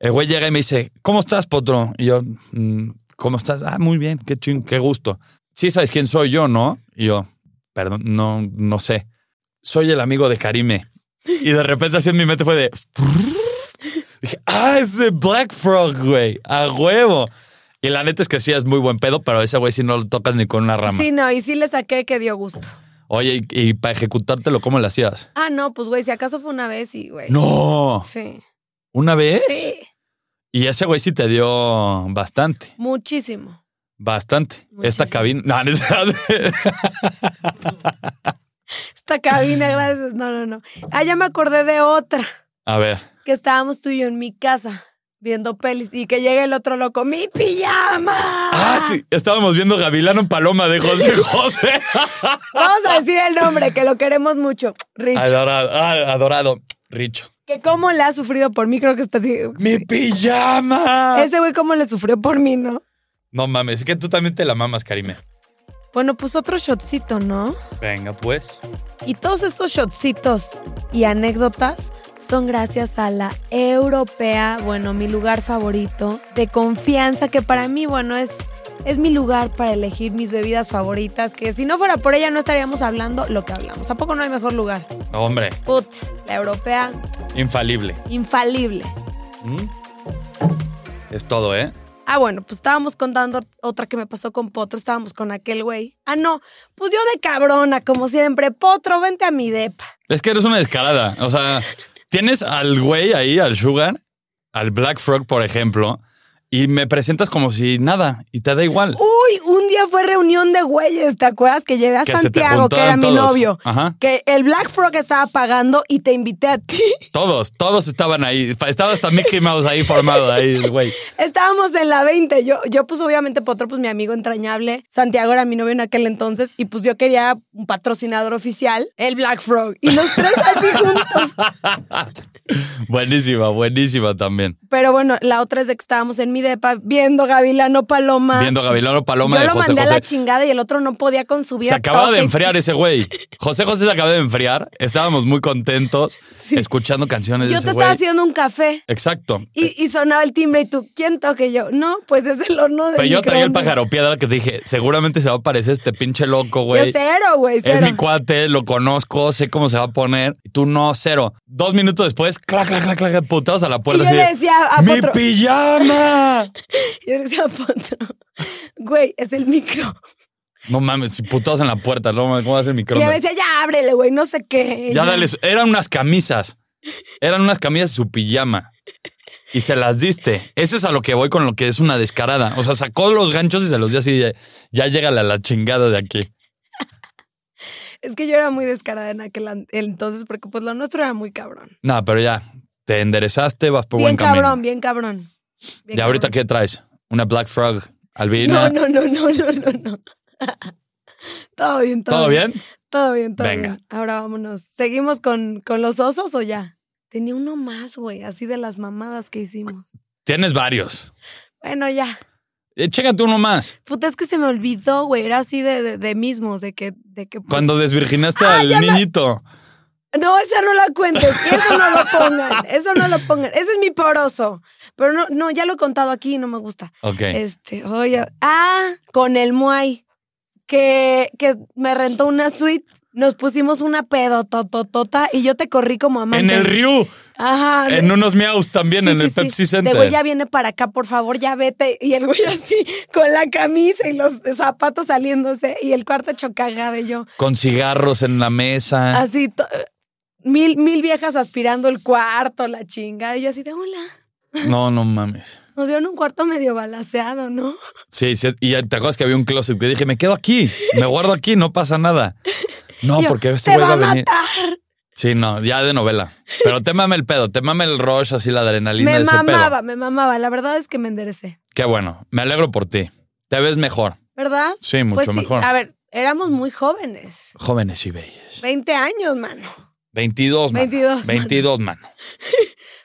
[SPEAKER 4] El güey llega y me dice, ¿cómo estás, Potro? Y yo, "Mm, ¿cómo estás? Ah, muy bien, qué ching, qué gusto. Sí sabes quién soy yo, ¿no? Y yo, perdón, no, no sé. Soy el amigo de Karime. Y de repente así en mi mente fue de... Dije, ah, ese Black Frog, güey, a huevo. Y la neta es que sí es muy buen pedo, pero ese güey sí no lo tocas ni con una rama.
[SPEAKER 3] Sí, no, y sí le saqué que dio gusto.
[SPEAKER 4] Oye, y, y para ejecutártelo, ¿cómo lo hacías?
[SPEAKER 3] Ah, no, pues güey, si acaso fue una vez y güey.
[SPEAKER 4] No.
[SPEAKER 3] Sí.
[SPEAKER 4] ¿Una vez?
[SPEAKER 3] Sí.
[SPEAKER 4] Y ese güey sí te dio bastante,
[SPEAKER 3] Muchísimo.
[SPEAKER 4] bastante. Esta
[SPEAKER 3] Muchísimo.
[SPEAKER 4] cabina. No, no es-
[SPEAKER 3] Esta cabina, gracias. No, no, no. Ah, ya me acordé de otra.
[SPEAKER 4] A ver.
[SPEAKER 3] que estábamos tú y yo en mi casa viendo pelis y que llega el otro loco, mi pijama.
[SPEAKER 4] Ah, sí. Estábamos viendo Gavilano en Paloma de José José.
[SPEAKER 3] Vamos a decir el nombre, que lo queremos mucho, Rich.
[SPEAKER 4] adorado, ah, adorado. Richo.
[SPEAKER 3] Que cómo le ha sufrido por mí, creo que está así.
[SPEAKER 4] ¡Mi pijama!
[SPEAKER 3] Ese güey cómo le sufrió por mí, ¿no?
[SPEAKER 4] No mames, es que tú también te la mamas, Karime.
[SPEAKER 3] Bueno, pues otro shotcito, ¿no?
[SPEAKER 4] Venga, pues.
[SPEAKER 3] Y todos estos shotcitos y anécdotas son gracias a la europea, bueno, mi lugar favorito de confianza, que para mí, bueno, es, es mi lugar para elegir mis bebidas favoritas, que si no fuera por ella no estaríamos hablando lo que hablamos. ¿A poco no hay mejor lugar?
[SPEAKER 4] Hombre,
[SPEAKER 3] Put, la europea,
[SPEAKER 4] infalible.
[SPEAKER 3] infalible.
[SPEAKER 4] ¿Mm? Es todo, ¿eh?
[SPEAKER 3] Ah, bueno, pues estábamos contando otra que me pasó con Potro, estábamos con aquel güey. Ah, no, pues yo de cabrona, como siempre. Potro, vente a mi depa.
[SPEAKER 4] Es que eres una descarada. O sea, tienes al güey ahí, al Sugar, al Black Frog, por ejemplo, y me presentas como si nada y te da igual.
[SPEAKER 3] Uy, un día fue reunión de güeyes, ¿te acuerdas? Que llevé a
[SPEAKER 4] Que se te
[SPEAKER 3] Santiago, que era
[SPEAKER 4] juntaron
[SPEAKER 3] mi
[SPEAKER 4] todos.
[SPEAKER 3] novio.
[SPEAKER 4] Ajá.
[SPEAKER 3] Que el Black Frog estaba pagando y te invité a ti.
[SPEAKER 4] Todos, todos estaban ahí. Estaba hasta Mickey Mouse ahí formado, ahí el güey.
[SPEAKER 3] Estábamos en la 20. Yo, yo pues obviamente Potro, pues mi amigo entrañable. Santiago era mi novio en aquel entonces y pues yo quería un patrocinador oficial, el Black Frog. Y los tres así juntos.
[SPEAKER 4] Buenísima, buenísima también.
[SPEAKER 3] Pero bueno, la otra es de que estábamos en mi depa viendo Gavilano Paloma.
[SPEAKER 4] Viendo a Gavilano Paloma
[SPEAKER 3] Ah, yo
[SPEAKER 4] de
[SPEAKER 3] lo
[SPEAKER 4] José
[SPEAKER 3] mandé a la
[SPEAKER 4] José.
[SPEAKER 3] chingada y el otro no podía con su vida.
[SPEAKER 4] Se acababa de
[SPEAKER 3] toque.
[SPEAKER 4] enfriar ese güey. José José se acaba de enfriar. Estábamos muy contentos escuchando canciones de
[SPEAKER 3] Yo
[SPEAKER 4] ese
[SPEAKER 3] te
[SPEAKER 4] güey.
[SPEAKER 3] estaba haciendo un café.
[SPEAKER 4] Exacto.
[SPEAKER 3] Y, y sonaba el timbre y tú, ¿quién toque yo? No, pues es el horno de
[SPEAKER 4] Pero yo traía el pájaro piedra que te dije, seguramente se va a aparecer este pinche loco,
[SPEAKER 3] Yo
[SPEAKER 4] güey.
[SPEAKER 3] cero, güey,
[SPEAKER 4] Es
[SPEAKER 3] cero.
[SPEAKER 4] mi cuate, lo conozco, sé cómo se va a poner. Y tú no, cero. Dos minutos después, clac, clac, clac, clac, putados a la puerta.
[SPEAKER 3] Y ah, yo
[SPEAKER 4] así
[SPEAKER 3] le
[SPEAKER 4] de,
[SPEAKER 3] decía a
[SPEAKER 4] ¡Mi
[SPEAKER 3] Potro-
[SPEAKER 4] pijama!
[SPEAKER 3] Y yo le decía, "Potro, güey, es el micro.
[SPEAKER 4] No mames, putados en la puerta, no mames, ¿cómo va a ser el
[SPEAKER 3] Y
[SPEAKER 4] micrófono?
[SPEAKER 3] a veces ya ábrele, güey, no sé qué.
[SPEAKER 4] Ya dale, su- eran unas camisas. Eran unas camisas y su pijama. Y se las diste. Eso es a lo que voy con lo que es una descarada. O sea, sacó los ganchos y se los dio así. de, Ya llégale a la chingada de aquí.
[SPEAKER 3] Es que yo era muy descarada en aquel an- entonces porque pues lo nuestro era muy cabrón.
[SPEAKER 4] No, pero ya, te enderezaste, vas por
[SPEAKER 3] bien
[SPEAKER 4] buen camino.
[SPEAKER 3] cabrón, bien cabrón. Bien
[SPEAKER 4] ¿Y ahorita
[SPEAKER 3] cabrón.
[SPEAKER 4] qué traes? ¿Una Black Frog albina?
[SPEAKER 3] No, no, no, no, no, no, no. todo bien, todo,
[SPEAKER 4] ¿Todo bien?
[SPEAKER 3] Todo bien, todo
[SPEAKER 4] Venga.
[SPEAKER 3] bien. Ahora vámonos. ¿Seguimos con, con los osos o ya? Tenía uno más, güey, así de las mamadas que hicimos.
[SPEAKER 4] Tienes varios.
[SPEAKER 3] Bueno, ya.
[SPEAKER 4] Eh, Chécate uno más.
[SPEAKER 3] Puta, es que se me olvidó, güey. Era así de, de, de mismos, de que, de que. pues
[SPEAKER 4] Cuando desvirginaste
[SPEAKER 3] Ah,
[SPEAKER 4] al niñito.
[SPEAKER 3] No, esa no la cuentes. Eso no lo pongan. Eso no lo pongan. Ese es mi poroso. Pero no, no, ya lo he contado aquí y no me gusta.
[SPEAKER 4] Ok.
[SPEAKER 3] Este, oye. Ah, con el Muay. Que, que me rentó una suite. Nos pusimos una pedo tototota y yo te corrí como
[SPEAKER 4] en
[SPEAKER 3] amante.
[SPEAKER 4] el Ryu,
[SPEAKER 3] Ajá.
[SPEAKER 4] en unos miaus también,
[SPEAKER 3] Sí,
[SPEAKER 4] en
[SPEAKER 3] sí,
[SPEAKER 4] el
[SPEAKER 3] sí.
[SPEAKER 4] Pepsi
[SPEAKER 3] De güey,
[SPEAKER 4] Center.
[SPEAKER 3] ya viene para acá, por favor, ya vete. Y el güey así, con la camisa y los zapatos saliéndose y el cuarto hecho cagada y yo,
[SPEAKER 4] Ah.
[SPEAKER 3] Ah.
[SPEAKER 4] Con cigarros en la mesa.
[SPEAKER 3] así. to- Mil, mil viejas aspirando el cuarto, la chingada. Y yo así de, hola.
[SPEAKER 4] No, no mames.
[SPEAKER 3] Nos dieron un cuarto medio balaseado, ¿no?
[SPEAKER 4] Sí, sí, y te acuerdas que había un closet que dije, me quedo aquí, me guardo aquí, no pasa nada. No,
[SPEAKER 3] Y yo,
[SPEAKER 4] porque este
[SPEAKER 3] ¡Te
[SPEAKER 4] güey
[SPEAKER 3] va
[SPEAKER 4] va
[SPEAKER 3] a
[SPEAKER 4] a venir.
[SPEAKER 3] matar!
[SPEAKER 4] Sí, no, ya de novela. Pero te mame el pedo, te mame el rush, así la adrenalina
[SPEAKER 3] Me
[SPEAKER 4] de ese
[SPEAKER 3] mamaba,
[SPEAKER 4] pedo.
[SPEAKER 3] me mamaba. La verdad es que me enderecé.
[SPEAKER 4] Qué bueno, me alegro por ti. Te ves mejor.
[SPEAKER 3] ¿Verdad?
[SPEAKER 4] Sí, mucho
[SPEAKER 3] Pues sí,
[SPEAKER 4] mejor.
[SPEAKER 3] A ver, éramos muy jóvenes.
[SPEAKER 4] Jóvenes y bellos.
[SPEAKER 3] 20 años, mano.
[SPEAKER 4] 22, mano.
[SPEAKER 3] 22,
[SPEAKER 4] 22, mano.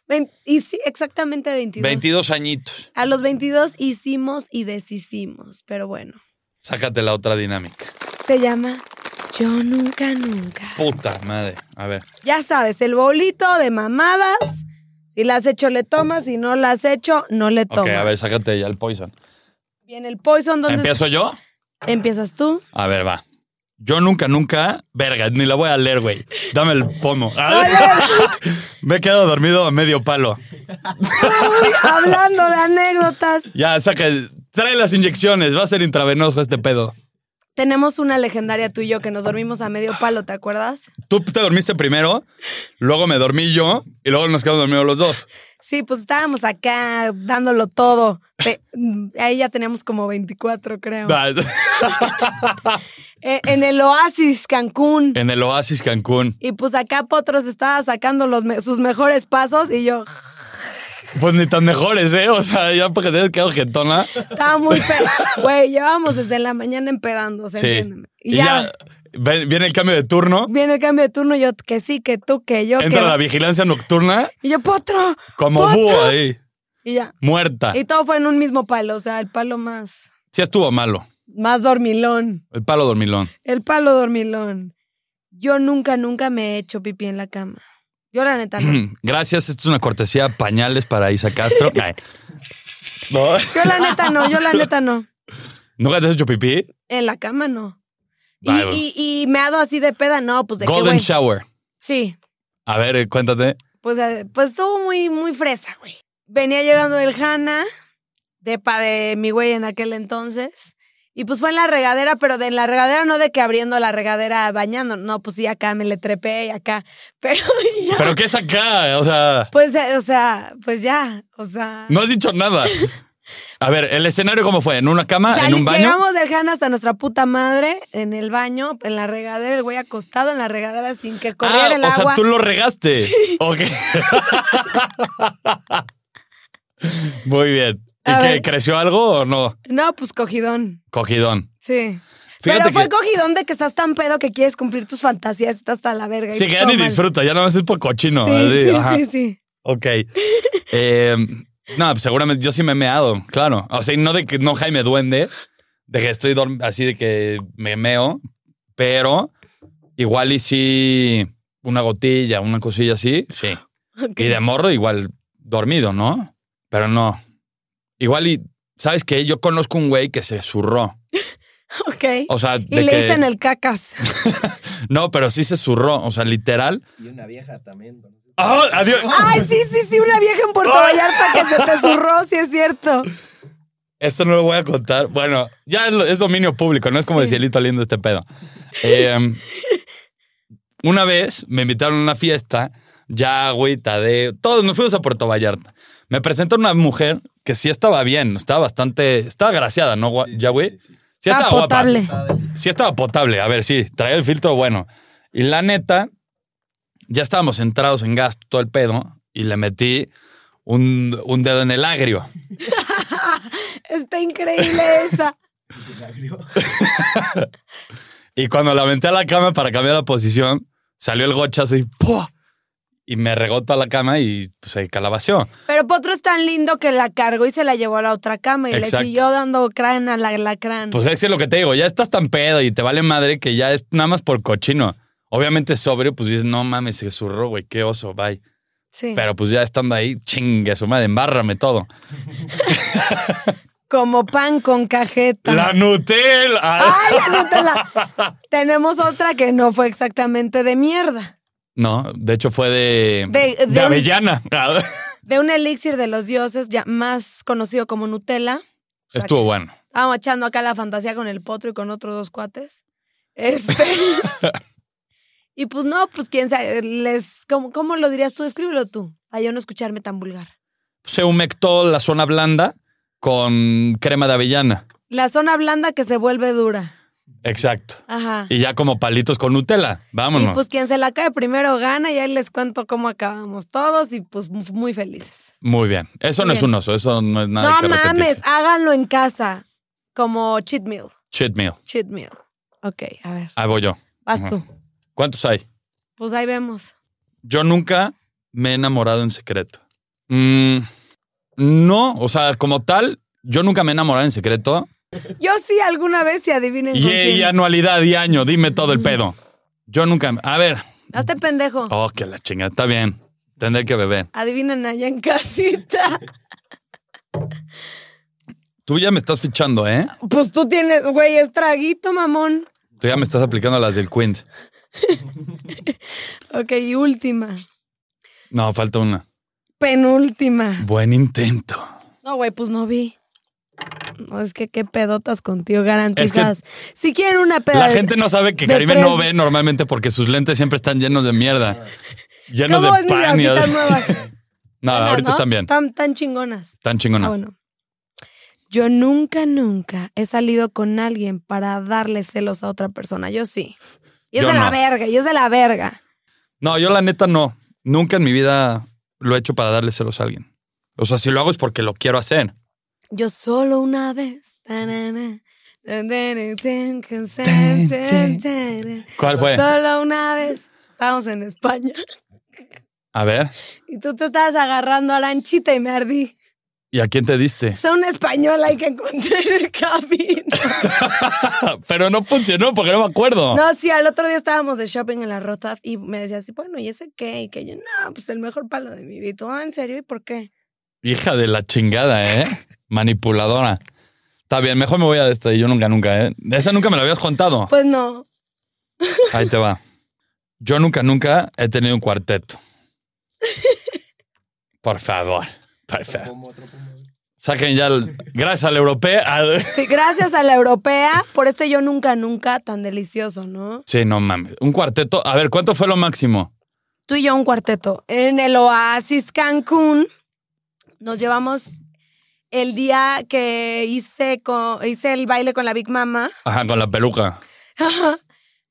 [SPEAKER 3] Vein- y sí, exactamente 22.
[SPEAKER 4] 22 añitos.
[SPEAKER 3] A los 22 hicimos y deshicimos, pero bueno.
[SPEAKER 4] Sácate la otra dinámica.
[SPEAKER 3] Se llama Yo Nunca Nunca.
[SPEAKER 4] Puta madre. A ver.
[SPEAKER 3] Ya sabes, el bolito de mamadas. Si las hecho, le tomas. Si no las hecho, no le tomas.
[SPEAKER 4] Ok, a ver, sácate ya el poison.
[SPEAKER 3] Viene el poison, ¿dónde
[SPEAKER 4] ¿Empiezo yo?
[SPEAKER 3] empiezas tú?
[SPEAKER 4] A ver, va. Yo nunca, nunca, verga, ni la voy a leer, güey. Dame el pomo. Me he quedado dormido a medio palo.
[SPEAKER 3] Uy, hablando de anécdotas,
[SPEAKER 4] Ya, saca, trae las inyecciones, va a ser intravenoso este pedo.
[SPEAKER 3] tenemos una legendaria tú y yo que nos dormimos a medio palo, ¿te acuerdas?
[SPEAKER 4] Tú te dormiste primero, luego me dormí yo y luego nos quedamos dormidos los dos.
[SPEAKER 3] Sí, pues estábamos acá dándolo todo. Pe- mm, Ahí ya teníamos como 24, creo.
[SPEAKER 4] Da-
[SPEAKER 3] Eh, en el Oasis, Cancún.
[SPEAKER 4] En el Oasis Cancún.
[SPEAKER 3] Y pues acá Potros estaba sacando los me- sus mejores pasos y yo
[SPEAKER 4] Pues ni tan mejores, ¿eh? O sea, ya porque te has quedado jetona.
[SPEAKER 3] estaba muy pe- Güey, llevábamos desde la mañana empedando, ¿se
[SPEAKER 4] Sí.
[SPEAKER 3] entiéndeme. Y
[SPEAKER 4] Y
[SPEAKER 3] ya,
[SPEAKER 4] ya ve- viene el cambio de turno,
[SPEAKER 3] viene el cambio de turno y yo que sí, que tú, que yo,
[SPEAKER 4] entra
[SPEAKER 3] que...
[SPEAKER 4] la vigilancia nocturna
[SPEAKER 3] Y yo, Potro.
[SPEAKER 4] como
[SPEAKER 3] Potro".
[SPEAKER 4] búho Ah. ahí,
[SPEAKER 3] Y ya.
[SPEAKER 4] muerta.
[SPEAKER 3] Y todo fue en un mismo palo, o sea, el palo más...
[SPEAKER 4] Sí estuvo malo.
[SPEAKER 3] Más dormilón.
[SPEAKER 4] El palo dormilón.
[SPEAKER 3] El palo dormilón. Yo nunca, nunca me he hecho pipí en la cama. Yo la neta no.
[SPEAKER 4] Gracias, esto es una cortesía pañales para Isa Castro. Ay. ¿No?
[SPEAKER 3] Yo la neta no, yo la neta no.
[SPEAKER 4] ¿Nunca te has hecho pipí?
[SPEAKER 3] En la cama no. Y,
[SPEAKER 4] Vale.
[SPEAKER 3] y, y me hago así de peda, no, pues de qué
[SPEAKER 4] Golden
[SPEAKER 3] güey.
[SPEAKER 4] Shower.
[SPEAKER 3] Sí,
[SPEAKER 4] A ver, eh, cuéntate.
[SPEAKER 3] pues, eh, pues estuvo muy, muy fresa, güey. Venía llegando el Hanna, depa de mi güey en aquel entonces. Y pues fue en la regadera, pero de en la regadera no de que abriendo la regadera bañando. No, pues sí, acá me le trepé y acá. Pero y ya.
[SPEAKER 4] ¿Pero qué es acá? O sea,
[SPEAKER 3] Pues, eh, o sea, pues ya, o sea.
[SPEAKER 4] no has dicho nada. A ver, ¿el escenario cómo fue? ¿En una cama?
[SPEAKER 3] Salí-
[SPEAKER 4] ¿En un baño?
[SPEAKER 3] Llegamos del Hanna hasta nuestra puta madre, en el baño, en la regadera, el güey acostado en la regadera sin que corriera
[SPEAKER 4] Ah,
[SPEAKER 3] el
[SPEAKER 4] o
[SPEAKER 3] agua.
[SPEAKER 4] sea, tú lo regaste. Ok. Muy bien. ¿Y
[SPEAKER 3] A
[SPEAKER 4] qué?
[SPEAKER 3] ver.
[SPEAKER 4] ¿Creció algo o no?
[SPEAKER 3] No, pues cogidón.
[SPEAKER 4] Cogidón.
[SPEAKER 3] Sí.
[SPEAKER 4] Fíjate
[SPEAKER 3] Pero fue
[SPEAKER 4] que-
[SPEAKER 3] cogidón de que estás tan pedo que quieres cumplir tus fantasías, estás hasta la verga.
[SPEAKER 4] Sí,
[SPEAKER 3] y
[SPEAKER 4] que ya ni
[SPEAKER 3] toma.
[SPEAKER 4] disfruta, ya nada más es por cochino.
[SPEAKER 3] sí,
[SPEAKER 4] así,
[SPEAKER 3] sí,
[SPEAKER 4] ajá.
[SPEAKER 3] sí, sí.
[SPEAKER 4] Ok. Eh, no, pues seguramente yo sí me he meado, claro. O sea, no de que no Jaime Duende, de que estoy dorm- así de que me meo, pero igual y sí una gotilla, una cosilla así, sí.
[SPEAKER 3] Ok.
[SPEAKER 4] Y de morro igual dormido, ¿no? Pero no. Igual y, ¿sabes qué? Yo conozco un güey que se zurró.
[SPEAKER 3] Ok.
[SPEAKER 4] O sea,
[SPEAKER 3] y
[SPEAKER 4] de
[SPEAKER 3] le
[SPEAKER 4] que-
[SPEAKER 3] dicen el cacas.
[SPEAKER 4] No, pero sí se zurró, o sea, literal.
[SPEAKER 5] Y una vieja también. ¿no?
[SPEAKER 4] ¡Ah, adiós!
[SPEAKER 3] Ay, sí, sí, sí, una vieja en Puerto Vallarta que se te zurró, sí es cierto.
[SPEAKER 4] Esto no lo voy a contar. Bueno, ya es, lo- es dominio público, no es como
[SPEAKER 3] Sí.
[SPEAKER 4] el cielito lindo este pedo. Eh, una vez me invitaron a una fiesta, ya, güey, Tadeo, todos nos fuimos a Puerto Vallarta. Me presentó una mujer que sí estaba bien, estaba bastante, estaba graciada, ¿no, gua- ya, güey? Sí
[SPEAKER 3] Está
[SPEAKER 4] estaba guapa.
[SPEAKER 3] potable.
[SPEAKER 5] Está del-
[SPEAKER 4] Sí estaba potable, a ver, sí, traía el filtro bueno. Y la neta, ya estábamos centrados en gasto, todo el pedo, y le metí un, un dedo en el agrio.
[SPEAKER 3] Está increíble esa.
[SPEAKER 4] Y cuando la aventé a la cama para cambiar la posición, salió el gochazo y ¡pua! Y me regó toda la cama y pues, se calabació.
[SPEAKER 3] Pero Potro es tan lindo que la cargó y se la llevó a la otra cama y
[SPEAKER 4] Exacto.
[SPEAKER 3] le siguió dando crán a la lacrán.
[SPEAKER 4] Pues es que lo que te digo, ya estás tan pedo y te vale madre que ya es nada más por cochino. Obviamente sobrio, pues dices, no mames, se zurró, güey, qué oso, bye.
[SPEAKER 3] sí.
[SPEAKER 4] Pero pues ya estando ahí, chingue su madre, embárrame todo.
[SPEAKER 3] Como pan con cajeta.
[SPEAKER 4] ¡La Nutella!
[SPEAKER 3] Ay, la Nutella. Tenemos otra que no fue exactamente de mierda.
[SPEAKER 4] No, de hecho fue de,
[SPEAKER 3] De-
[SPEAKER 4] de
[SPEAKER 3] de un-
[SPEAKER 4] avellana. Ah,
[SPEAKER 3] De un elixir de los dioses, ya más conocido como Nutella.
[SPEAKER 4] Estuvo bueno.
[SPEAKER 3] Estábamos echando acá la fantasía con el potro y con otros dos cuates. Este. Y pues no, pues quién sabe, les, ¿cómo, cómo lo dirías tú? Escríbelo tú, para yo no escucharme tan vulgar.
[SPEAKER 4] Se humectó la zona blanda con crema de avellana.
[SPEAKER 3] La zona blanda que se vuelve dura.
[SPEAKER 4] Exacto.
[SPEAKER 3] Ajá.
[SPEAKER 4] Y ya como palitos con Nutella. Vámonos.
[SPEAKER 3] Y pues quien se la cae primero gana y ahí les cuento cómo acabamos todos y pues mu- muy felices.
[SPEAKER 4] Muy bien. Eso
[SPEAKER 3] Muy
[SPEAKER 4] no es
[SPEAKER 3] bien.
[SPEAKER 4] un oso, eso no es nada.
[SPEAKER 3] no
[SPEAKER 4] que repetirse.
[SPEAKER 3] mames, háganlo en casa como cheat meal,
[SPEAKER 4] Cheat meal.
[SPEAKER 3] cheat meal. Ok, a ver,
[SPEAKER 4] Ahí voy yo.
[SPEAKER 3] vas
[SPEAKER 4] Ajá.
[SPEAKER 3] tú.
[SPEAKER 4] ¿Cuántos hay?
[SPEAKER 3] Pues ahí vemos.
[SPEAKER 4] Yo nunca me he enamorado en secreto. Mm, no, o sea, como tal, yo nunca me he enamorado en secreto.
[SPEAKER 3] Yo sí alguna vez y adivinen
[SPEAKER 4] Y,
[SPEAKER 3] con quién.
[SPEAKER 4] y anualidad y año, dime todo el pedo. Yo nunca. A ver.
[SPEAKER 3] Hazte pendejo.
[SPEAKER 4] Oh, que la chingada. Está bien. Tendré que beber.
[SPEAKER 3] Adivinen allá en casita.
[SPEAKER 4] Tú ya me estás fichando, ¿eh?
[SPEAKER 3] Pues tú tienes, güey, es traguito, mamón.
[SPEAKER 4] Tú ya me estás aplicando las del Quint.
[SPEAKER 3] Ok, y última.
[SPEAKER 4] No, falta una.
[SPEAKER 3] Penúltima.
[SPEAKER 4] Buen intento.
[SPEAKER 3] No, güey, pues no vi. No, es que qué pedotas contigo, garantizadas. Si quieren una peda.
[SPEAKER 4] La
[SPEAKER 3] de-
[SPEAKER 4] gente no sabe que
[SPEAKER 3] de
[SPEAKER 4] Caribe
[SPEAKER 3] tres-
[SPEAKER 4] no ve normalmente porque sus lentes siempre están llenos de mierda. Llenos
[SPEAKER 3] ¿Cómo
[SPEAKER 4] de
[SPEAKER 3] ves mis
[SPEAKER 4] pan y
[SPEAKER 3] gafitas
[SPEAKER 4] así.
[SPEAKER 3] nuevas?
[SPEAKER 4] No,
[SPEAKER 3] Buenas,
[SPEAKER 4] ahorita
[SPEAKER 3] ¿no?
[SPEAKER 4] están bien.
[SPEAKER 3] Tan, tan chingonas.
[SPEAKER 4] Están
[SPEAKER 3] Ah,
[SPEAKER 4] chingonas.
[SPEAKER 3] bueno. Yo nunca, nunca he salido con alguien para darle celos a otra persona. Yo sí. Y es
[SPEAKER 4] Yo
[SPEAKER 3] de la
[SPEAKER 4] no.
[SPEAKER 3] verga, y es de la verga.
[SPEAKER 4] No, yo la neta no. Nunca en mi vida lo he hecho para darle celos a alguien. O sea, si lo hago es porque lo quiero hacer.
[SPEAKER 3] Yo solo una vez. Tanana.
[SPEAKER 4] ¿Cuál fue?
[SPEAKER 3] Solo una vez. Estábamos en España.
[SPEAKER 4] A ver,
[SPEAKER 3] Y tú te estabas agarrando a Aranchita y me ardí.
[SPEAKER 4] ¿y a quién te diste?
[SPEAKER 3] Soy una española y que encontré en el camino.
[SPEAKER 4] Pero no funcionó porque no me acuerdo.
[SPEAKER 3] No, sí, al otro día estábamos de shopping en la Rotas y me decía así, bueno, ¿y ese qué? Y que yo, no, pues el mejor palo de mi vida. Y tú, Ah, ¿en serio? ¿Y por qué?
[SPEAKER 4] Hija de la chingada, ¿eh? Manipuladora. Está bien, mejor me voy a esta y yo nunca, nunca, ¿eh? Esa nunca me la habías contado.
[SPEAKER 3] Pues no.
[SPEAKER 4] Ahí te va. Yo nunca, nunca he tenido un cuarteto. Por favor, por favor. Saquen ya, el- gracias al europeo. al-
[SPEAKER 3] Sí, gracias a la europea por este yo nunca, nunca tan delicioso, ¿no?
[SPEAKER 4] Sí, no mames. Un cuarteto. A ver, ¿cuánto fue lo máximo?
[SPEAKER 3] Tú y yo un cuarteto. En el Oasis Cancún nos llevamos el día que hice, co- hice el baile con la Big Mama.
[SPEAKER 4] Ajá, con la peluca.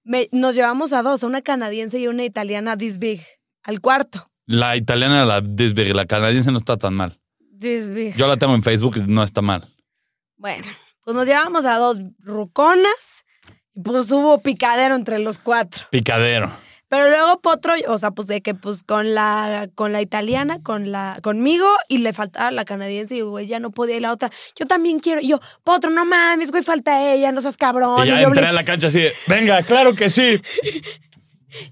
[SPEAKER 3] Me- nos llevamos a dos, a una canadiense y una italiana, this big, al cuarto.
[SPEAKER 4] La italiana, la this big, la canadiense no está tan mal.
[SPEAKER 3] This big.
[SPEAKER 4] Yo la tengo en Facebook y no está mal.
[SPEAKER 3] Bueno, pues nos llevamos a dos ruconas y pues hubo picadero entre los cuatro.
[SPEAKER 4] Picadero.
[SPEAKER 3] Pero luego Potro, o sea, pues de que pues con la con la italiana, con la conmigo y le faltaba la canadiense y güey, ya no podía ir la otra. Yo también quiero. Y yo, Potro, no mames, güey, falta ella, no seas cabrón. Y
[SPEAKER 4] y ya
[SPEAKER 3] Oh, yo,
[SPEAKER 4] entré a la cancha así de, venga, claro que sí.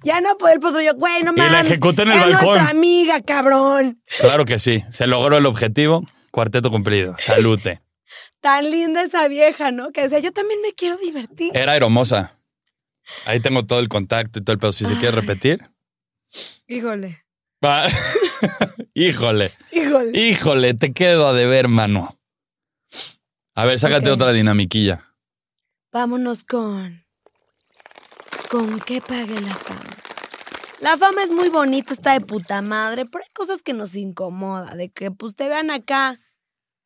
[SPEAKER 3] ya no podía el Potro, yo, güey, no
[SPEAKER 4] Y la
[SPEAKER 3] mames.
[SPEAKER 4] ejecuté en el
[SPEAKER 3] es
[SPEAKER 4] balcón.
[SPEAKER 3] nuestra amiga, cabrón.
[SPEAKER 4] Claro que sí. Se logró el objetivo. Cuarteto cumplido. Salute.
[SPEAKER 3] Tan linda esa vieja, ¿no? Que decía, yo también me quiero divertir.
[SPEAKER 4] Era hermosa. Ahí tengo todo el contacto y todo el pedo. Si se quiere repetir.
[SPEAKER 3] Híjole,
[SPEAKER 4] Va. híjole,
[SPEAKER 3] híjole.
[SPEAKER 4] híjole, te quedo a deber, mano. A ver, sácate
[SPEAKER 3] Ok.
[SPEAKER 4] otra dinamiquilla.
[SPEAKER 3] Vámonos con. ¿Con qué pague la fama? La fama es muy bonita, está de puta madre, pero hay cosas que nos incomoda, de que pues te vean acá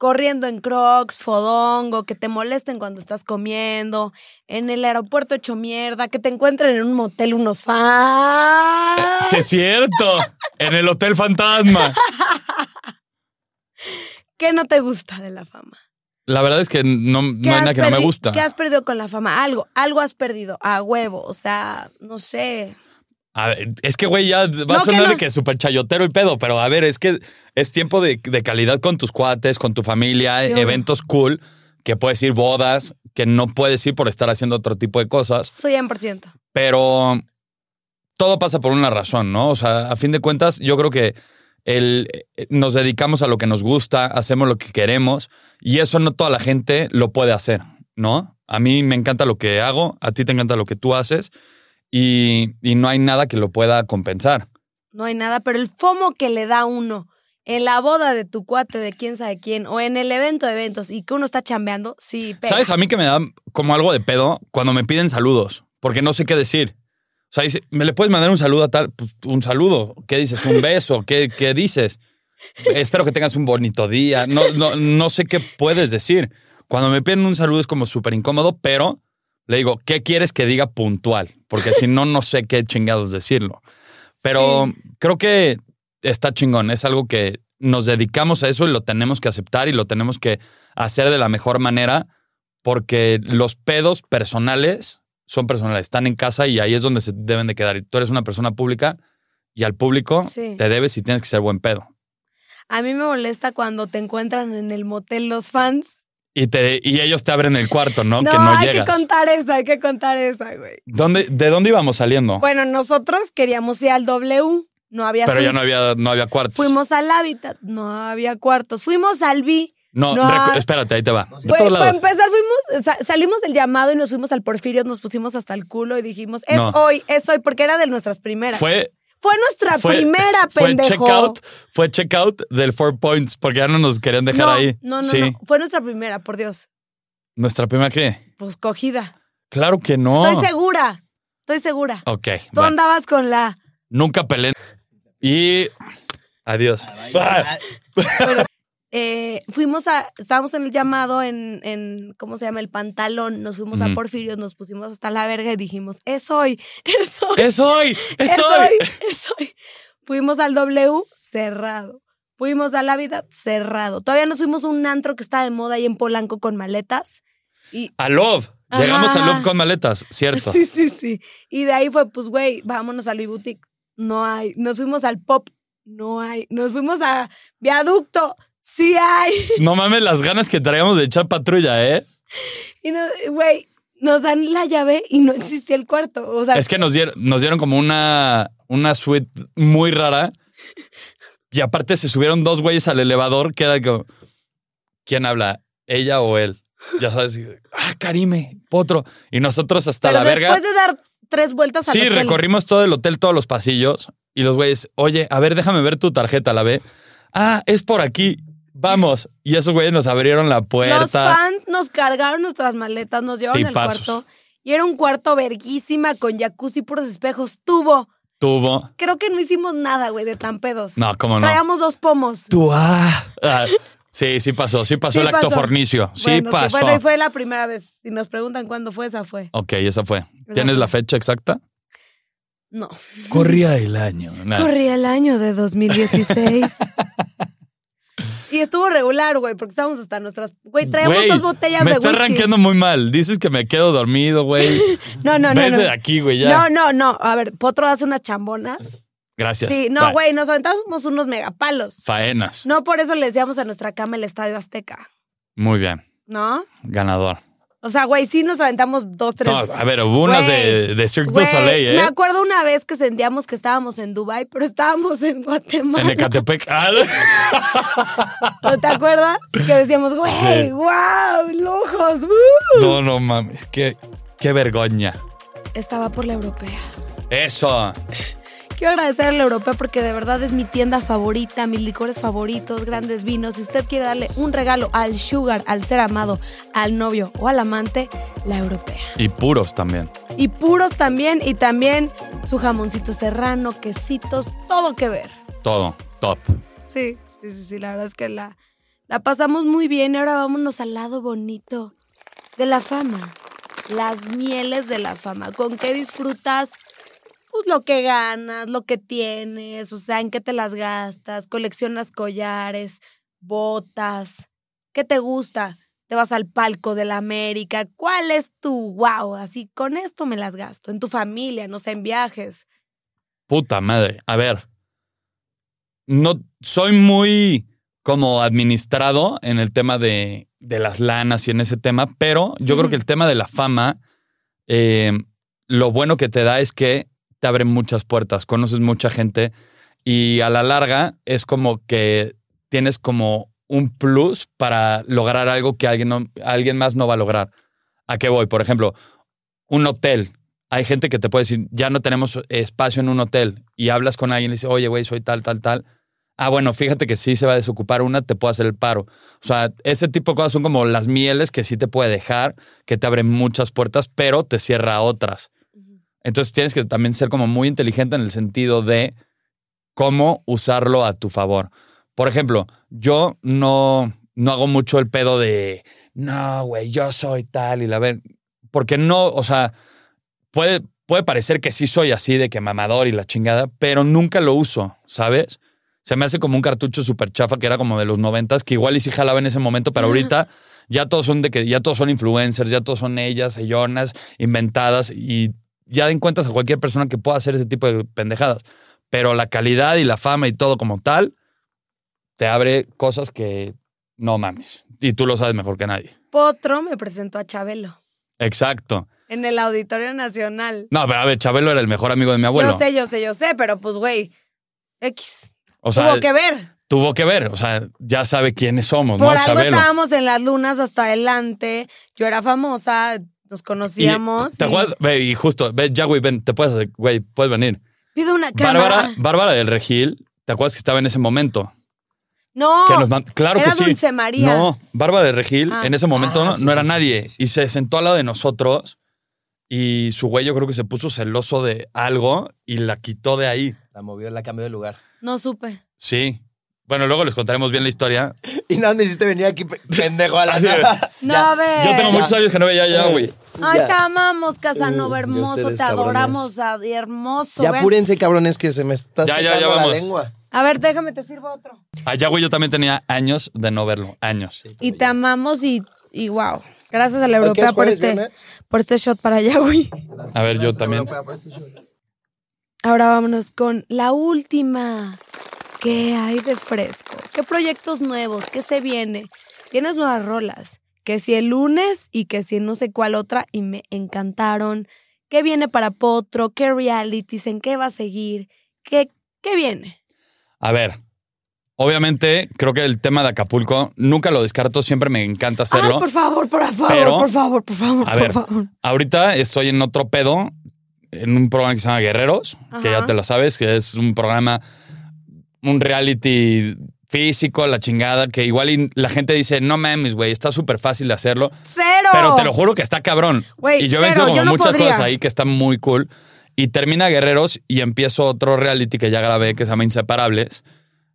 [SPEAKER 3] corriendo en crocs, fodongo, que te molesten cuando estás comiendo, en el aeropuerto hecho mierda, que te encuentren en un motel unos fans.
[SPEAKER 4] Eh, Sí, es cierto. En el Hotel Fantasma.
[SPEAKER 3] ¿Qué no te gusta de la fama?
[SPEAKER 4] La verdad es que no, no
[SPEAKER 3] ¿Qué
[SPEAKER 4] hay
[SPEAKER 3] has
[SPEAKER 4] nada que no me
[SPEAKER 3] perdi-
[SPEAKER 4] gusta.
[SPEAKER 3] ¿Qué has perdido con la fama? Algo, algo has perdido, a huevo, o sea, no sé.
[SPEAKER 4] A ver, es que, güey, ya va a
[SPEAKER 3] que
[SPEAKER 4] sonar
[SPEAKER 3] no.
[SPEAKER 4] de que súper chayotero el pedo, pero a ver, es que es tiempo de, de calidad con tus cuates, con tu familia,
[SPEAKER 3] Sí, obvio.
[SPEAKER 4] eventos cool, que puedes ir bodas, que no puedes ir por estar haciendo otro tipo de cosas.
[SPEAKER 3] 100%.
[SPEAKER 4] pero todo pasa por una razón, ¿no? O sea, a fin de cuentas, yo creo que el, eh, nos dedicamos a lo que nos gusta, hacemos lo que queremos y eso no toda la gente lo puede hacer, ¿no? A mí me encanta lo que hago, a ti te encanta lo que tú haces y, y no hay nada que lo pueda compensar.
[SPEAKER 3] no hay nada, pero el FOMO que le da uno en la boda de tu cuate de quién sabe quién o en el evento de eventos y que uno está chambeando, sí, pero
[SPEAKER 4] ¿Sabes? A mí que me da como algo de pedo cuando me piden saludos, porque no sé qué decir. O sea, dice, ¿me le puedes mandar un saludo a tal? Pues, un saludo. ¿Qué dices? ¿Un beso? ¿Qué, qué dices? Espero que tengas un bonito día. No, no, no sé qué puedes decir. Cuando me piden un saludo es como súper incómodo, pero le digo, ¿qué quieres que diga puntual? Porque si no, no sé qué chingados decirlo. Pero creo que está chingón. Es algo que nos dedicamos a eso y lo tenemos que aceptar y lo tenemos que hacer de la mejor manera porque los pedos personales son personales, están en casa y ahí es donde se deben de quedar. Y tú eres una persona pública y al público
[SPEAKER 3] Sí.
[SPEAKER 4] te debes y tienes que ser buen pedo.
[SPEAKER 3] A mí me molesta cuando te encuentran en el motel los fans.
[SPEAKER 4] Y, te, y ellos te abren el cuarto, ¿no?
[SPEAKER 3] no,
[SPEAKER 4] que no
[SPEAKER 3] hay
[SPEAKER 4] llegas.
[SPEAKER 3] que contar esa, hay que contar esa, güey.
[SPEAKER 4] ¿Dónde, ¿De dónde íbamos saliendo?
[SPEAKER 3] Bueno, nosotros queríamos ir al W, no había
[SPEAKER 4] Pero ya
[SPEAKER 3] suites.
[SPEAKER 4] no había, no había cuartos.
[SPEAKER 3] Fuimos al Hábitat, no había cuartos. Fuimos al B.
[SPEAKER 4] no,
[SPEAKER 3] no
[SPEAKER 4] recu-
[SPEAKER 3] a-
[SPEAKER 4] espérate, ahí te va. De
[SPEAKER 3] Güey,
[SPEAKER 4] todos
[SPEAKER 3] para
[SPEAKER 4] lados.
[SPEAKER 3] empezar, fuimos, sa- salimos del llamado y nos fuimos al Porfirio, nos pusimos hasta el culo y dijimos, es
[SPEAKER 4] No.
[SPEAKER 3] hoy, es hoy, porque era de nuestras primeras.
[SPEAKER 4] Fue
[SPEAKER 3] Fue nuestra
[SPEAKER 4] fue,
[SPEAKER 3] primera,
[SPEAKER 4] fue
[SPEAKER 3] pendejo.
[SPEAKER 4] checkout, fue checkout del Four Points, porque ya no nos querían dejar
[SPEAKER 3] no,
[SPEAKER 4] ahí.
[SPEAKER 3] no, no,
[SPEAKER 4] sí.
[SPEAKER 3] no. Fue nuestra primera, por Dios.
[SPEAKER 4] ¿Nuestra prima qué?
[SPEAKER 3] Pues cogida.
[SPEAKER 4] Claro que no.
[SPEAKER 3] Estoy segura. Estoy segura.
[SPEAKER 4] Ok.
[SPEAKER 3] Tú
[SPEAKER 4] bueno,
[SPEAKER 3] andabas con la.
[SPEAKER 4] nunca peleen. Y. Adiós.
[SPEAKER 3] eh, fuimos a, estábamos en el llamado en, en, ¿cómo se llama? El pantalón, nos fuimos a
[SPEAKER 4] Ujú.
[SPEAKER 3] Porfirio, nos pusimos hasta la verga y dijimos, es hoy, es hoy,
[SPEAKER 4] ¡Es hoy! ¡Es,
[SPEAKER 3] es
[SPEAKER 4] hoy!
[SPEAKER 3] hoy, es hoy. Fuimos al W, cerrado. Fuimos a la vida, cerrado. Todavía nos fuimos a un antro que está de moda ahí en Polanco con maletas. Y,
[SPEAKER 4] A Love.
[SPEAKER 3] Ajá.
[SPEAKER 4] Llegamos a Love con maletas, cierto.
[SPEAKER 3] sí, sí, sí. Y de ahí fue, pues, güey, vámonos a Louis Boutique. No hay. Nos fuimos al Pop. No hay. Nos fuimos a Viaducto. Sí hay.
[SPEAKER 4] No mames las ganas que traíamos de echar patrulla, ¿eh?
[SPEAKER 3] Y no, güey, nos dan la llave y no existía el cuarto. O sea,
[SPEAKER 4] Es que nos dieron, nos dieron como una, una suite muy rara. Y aparte se subieron dos güeyes al elevador que era como, ¿quién habla? ¿Ella o él? Ya sabes, y, ah, Karime, Potro. Y nosotros hasta
[SPEAKER 3] pero
[SPEAKER 4] la verga.
[SPEAKER 3] después de dar tres vueltas al
[SPEAKER 4] Sí,
[SPEAKER 3] hotel,
[SPEAKER 4] recorrimos todo el hotel, todos los pasillos. Y los güeyes, oye, a ver, déjame ver tu tarjeta, la ve. Ah, es por aquí. Vamos. Y esos güeyes nos abrieron la puerta.
[SPEAKER 3] los fans nos cargaron nuestras maletas, nos llevaron al
[SPEAKER 4] Tipazos.
[SPEAKER 3] cuarto. Y era un cuarto verguísima con jacuzzi, puros espejos, tubo.
[SPEAKER 4] Tuvo.
[SPEAKER 3] Creo que no hicimos nada, güey, de tan pedos.
[SPEAKER 4] No, cómo no.
[SPEAKER 3] Traíamos dos pomos.
[SPEAKER 4] Tú, ah. Ah, sí, sí pasó, sí pasó
[SPEAKER 3] Sí
[SPEAKER 4] el acto
[SPEAKER 3] pasó.
[SPEAKER 4] fornicio. Sí
[SPEAKER 3] Bueno,
[SPEAKER 4] pasó.
[SPEAKER 3] bueno, y fue la primera vez. Si nos preguntan cuándo fue, esa fue.
[SPEAKER 4] Ok, esa fue. ¿Tienes la fecha exacta?
[SPEAKER 3] No.
[SPEAKER 4] Corría el año. Nah.
[SPEAKER 3] Corría el año de 2016. y estuvo regular, güey, porque estábamos hasta nuestras. Güey, traemos
[SPEAKER 4] Güey,
[SPEAKER 3] dos botellas
[SPEAKER 4] Me
[SPEAKER 3] de
[SPEAKER 4] estás
[SPEAKER 3] whisky.
[SPEAKER 4] rankeando muy mal. Dices que me quedo dormido, güey.
[SPEAKER 3] No, no, no.
[SPEAKER 4] Vete
[SPEAKER 3] no.
[SPEAKER 4] de aquí, güey, ya.
[SPEAKER 3] No, no, no. A ver, Potro hace unas chambonas.
[SPEAKER 4] Gracias.
[SPEAKER 3] Sí,
[SPEAKER 4] Bye.
[SPEAKER 3] no, güey, nos aventamos unos megapalos.
[SPEAKER 4] Faenas.
[SPEAKER 3] No por eso le decíamos a nuestra cama el Estadio Azteca,
[SPEAKER 4] Muy bien.
[SPEAKER 3] ¿no?
[SPEAKER 4] Ganador.
[SPEAKER 3] O sea, güey, sí nos aventamos dos, tres.
[SPEAKER 4] No, a ver, hubo unas de,
[SPEAKER 3] Güey,
[SPEAKER 4] de Cirque
[SPEAKER 3] Güey,
[SPEAKER 4] du Soleil,
[SPEAKER 3] Me
[SPEAKER 4] ¿eh?
[SPEAKER 3] acuerdo una vez que sentíamos que estábamos en Dubai, pero estábamos en
[SPEAKER 4] En
[SPEAKER 3] Guatemala.
[SPEAKER 4] Ecatepec. Ah,
[SPEAKER 3] ¿Te acuerdas? Que decíamos, güey,
[SPEAKER 4] Sí.
[SPEAKER 3] wow, lujos. uh".
[SPEAKER 4] no, no mames. Qué, qué vergüenza.
[SPEAKER 3] Estaba por la europea.
[SPEAKER 4] Eso.
[SPEAKER 3] Quiero agradecer a la europea porque de verdad es mi tienda favorita, mis licores favoritos, grandes vinos. Si usted quiere darle un regalo al sugar, al ser amado, al novio o al amante, la europea.
[SPEAKER 4] Y puros también.
[SPEAKER 3] Y puros también, y también su jamoncito serrano, quesitos, todo que ver.
[SPEAKER 4] Todo. Top.
[SPEAKER 3] Sí, sí, sí, sí, la verdad es que la, la pasamos muy bien. Ahora vámonos al lado bonito de la fama. Las mieles de la fama. ¿Con qué disfrutas? Pues lo que ganas, lo que tienes, o sea, en qué te las gastas, coleccionas collares, botas, ¿qué te gusta? Te vas al palco de la América, ¿cuál es tu wow? Así, con esto me las gasto, en tu familia, no sé, en viajes.
[SPEAKER 4] Puta madre. A ver. No soy muy como administrado en el tema de, de las lanas y en ese tema, pero yo creo que el tema de la fama, eh, lo bueno que te da es que te abren muchas puertas, conoces mucha gente y a la larga es como que tienes como un plus para lograr algo que alguien, no- alguien más no va a lograr. ¿A qué voy? Por ejemplo, un hotel. Hay gente que te puede decir, ya no tenemos espacio en un hotel y hablas con alguien y le dices, oye, güey, soy tal, tal, tal. Ah, bueno, fíjate que sí se va a desocupar una, te puedo hacer el paro. O sea, ese tipo de cosas son como las mieles que sí te puede dejar, que te abren muchas puertas, pero te cierra otras. Entonces tienes que también ser como muy inteligente en el sentido de cómo usarlo a tu favor. Por ejemplo, yo no, no hago mucho el pedo de, no, güey, yo soy tal y la ver, porque no, o sea, puede, puede parecer que sí soy así de que mamador y la chingada, pero nunca lo uso, ¿sabes? Se me hace como un cartucho súper chafa que era como de los noventas, que igual y sí jalaba en ese momento, pero ahorita ya todos son de que ya todos son influencers, ya todos son ellas, ellonas, inventadas y ya encuentras a cualquier persona que pueda hacer ese tipo de pendejadas. Pero la calidad y la fama y todo como tal te abre cosas que no mames. Y tú lo sabes mejor que nadie.
[SPEAKER 3] Potro me presentó a Chabelo
[SPEAKER 4] Exacto.
[SPEAKER 3] en el Auditorio Nacional.
[SPEAKER 4] No, pero a ver, Chabelo era el mejor amigo de mi abuelo.
[SPEAKER 3] Yo sé, yo sé, yo sé, pero pues, güey, X.
[SPEAKER 4] o sea,
[SPEAKER 3] Tuvo que ver.
[SPEAKER 4] tuvo que ver. O sea, ya sabe quiénes somos,
[SPEAKER 3] Por
[SPEAKER 4] pues, ¿no?
[SPEAKER 3] algo
[SPEAKER 4] Chabelo.
[SPEAKER 3] estábamos en las lunas hasta adelante. Yo era famosa, nos
[SPEAKER 4] Y-
[SPEAKER 3] conocíamos.
[SPEAKER 4] ¿Te
[SPEAKER 3] y-
[SPEAKER 4] acuerdas? Ve, y justo, ve, ya, güey, ven, te puedes hacer, güey, puedes venir.
[SPEAKER 3] Pido una cámara.
[SPEAKER 4] Bárbara, Bárbara del Regil, ¿te acuerdas que estaba en ese momento?
[SPEAKER 3] no.
[SPEAKER 4] Que nos mand- claro
[SPEAKER 3] era
[SPEAKER 4] que sí.
[SPEAKER 3] Dulce María.
[SPEAKER 4] No, Bárbara de Regil
[SPEAKER 3] Ah.
[SPEAKER 4] en ese momento
[SPEAKER 5] Oh, Ah,
[SPEAKER 4] no,
[SPEAKER 5] sí,
[SPEAKER 4] no era
[SPEAKER 5] sí, sí,
[SPEAKER 4] nadie.
[SPEAKER 5] sí, sí.
[SPEAKER 4] Y se sentó al lado de nosotros y su güey yo creo que se puso celoso de algo y la quitó de ahí.
[SPEAKER 5] La movió, la cambió de lugar.
[SPEAKER 3] No supe.
[SPEAKER 4] Sí. Bueno, luego les contaremos bien la historia.
[SPEAKER 5] Y no me hiciste venir aquí, pe- pendejo, a la
[SPEAKER 4] Así es.
[SPEAKER 5] nada.
[SPEAKER 3] No,
[SPEAKER 5] Ya.
[SPEAKER 3] a ver.
[SPEAKER 4] Yo
[SPEAKER 5] Eh.
[SPEAKER 4] tengo muchos años que no veía ya, güey.
[SPEAKER 3] Ay,
[SPEAKER 5] Ya.
[SPEAKER 3] te amamos, Casanova
[SPEAKER 5] Eh, y
[SPEAKER 3] hermoso. Te
[SPEAKER 5] ustedes,
[SPEAKER 3] adoramos, a- hermoso.
[SPEAKER 5] Ya
[SPEAKER 3] ven.
[SPEAKER 5] apúrense, cabrones, que se me está
[SPEAKER 4] Ya, ya, ya
[SPEAKER 5] secando la
[SPEAKER 4] vamos.
[SPEAKER 5] lengua.
[SPEAKER 3] A ver, déjame, te sirvo otro.
[SPEAKER 4] Allá, güey, yo también tenía años de no verlo. Años.
[SPEAKER 3] Y te amamos y, y wow. Gracias a la
[SPEAKER 5] ¿Qué
[SPEAKER 3] europea
[SPEAKER 5] es
[SPEAKER 3] por
[SPEAKER 5] jueves,
[SPEAKER 3] este,
[SPEAKER 5] viernes?
[SPEAKER 3] por este shot para allá, güey.
[SPEAKER 4] A ver, yo también.
[SPEAKER 3] Ahora vámonos con la última. ¿Qué hay de fresco? ¿Qué proyectos nuevos? ¿Qué se viene? Tienes nuevas rolas. Que si el lunes y que si no sé cuál otra y me encantaron. ¿Qué viene para Potro? ¿Qué realities? ¿En qué va a seguir? ¿Qué, qué viene?
[SPEAKER 4] A ver. Obviamente, creo que el tema de Acapulco nunca lo descarto, siempre me encanta hacerlo.
[SPEAKER 3] Ay, Ah, por favor, por favor,
[SPEAKER 4] Pero-
[SPEAKER 3] por favor, por favor,
[SPEAKER 4] A
[SPEAKER 3] por
[SPEAKER 4] ver,
[SPEAKER 3] favor.
[SPEAKER 4] ahorita estoy en otro pedo, en un programa que se llama Guerreros, que
[SPEAKER 3] Ajá.
[SPEAKER 4] ya te lo sabes, que es un programa, un reality físico, la chingada, que igual y la gente dice, no mames, güey, está súper fácil de hacerlo,
[SPEAKER 3] ¡Cero!
[SPEAKER 4] pero te lo juro que está cabrón.
[SPEAKER 3] Güey,
[SPEAKER 4] y yo he
[SPEAKER 3] cero,
[SPEAKER 4] visto como
[SPEAKER 3] yo no
[SPEAKER 4] muchas
[SPEAKER 3] podría.
[SPEAKER 4] cosas ahí que están muy cool. Y termina Guerreros y empiezo otro reality que ya grabé que se llama Inseparables,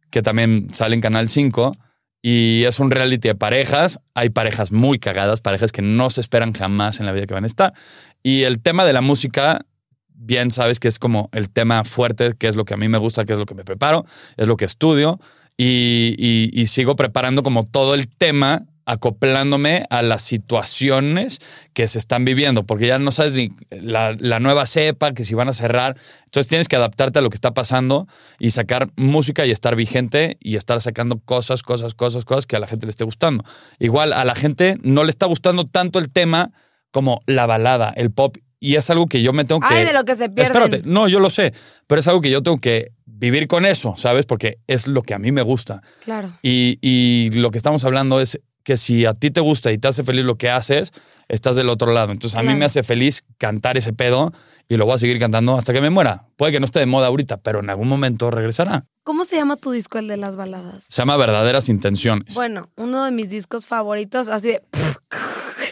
[SPEAKER 4] que también sale en Canal 5. Y es un reality de parejas. Hay parejas muy cagadas, parejas que no se esperan jamás en la vida que van a estar. Y el tema de la música, bien sabes que es como el tema fuerte, que es lo que a mí me gusta, que es lo que me preparo, es lo que estudio. Y, y- y sigo preparando como todo el tema, acoplándome a las situaciones que se están viviendo, porque ya no sabes ni la, la nueva cepa, que si van a cerrar. Entonces tienes que adaptarte a lo que está pasando y sacar música y estar vigente y estar sacando cosas, cosas, cosas, cosas que a la gente le esté gustando. Igual a la gente no le está gustando tanto el tema como la balada, el pop. Y es algo que yo me tengo que...
[SPEAKER 3] Ay, de lo que se pierden.
[SPEAKER 4] Espérate, no, yo lo sé, pero es algo que yo tengo que vivir con eso, ¿sabes? Porque es lo que a mí me gusta.
[SPEAKER 3] Claro.
[SPEAKER 4] Y, y lo que estamos hablando es que si a ti te gusta y te hace feliz lo que haces, estás del otro lado. Entonces a mí
[SPEAKER 3] Claro.
[SPEAKER 4] me hace feliz cantar ese pedo y lo voy a seguir cantando hasta que me muera. Puede que no esté de moda ahorita, pero en algún momento regresará.
[SPEAKER 3] ¿Cómo se llama tu disco, el de las baladas?
[SPEAKER 4] Se llama Verdaderas Intenciones.
[SPEAKER 3] Bueno, uno de mis discos favoritos, así de...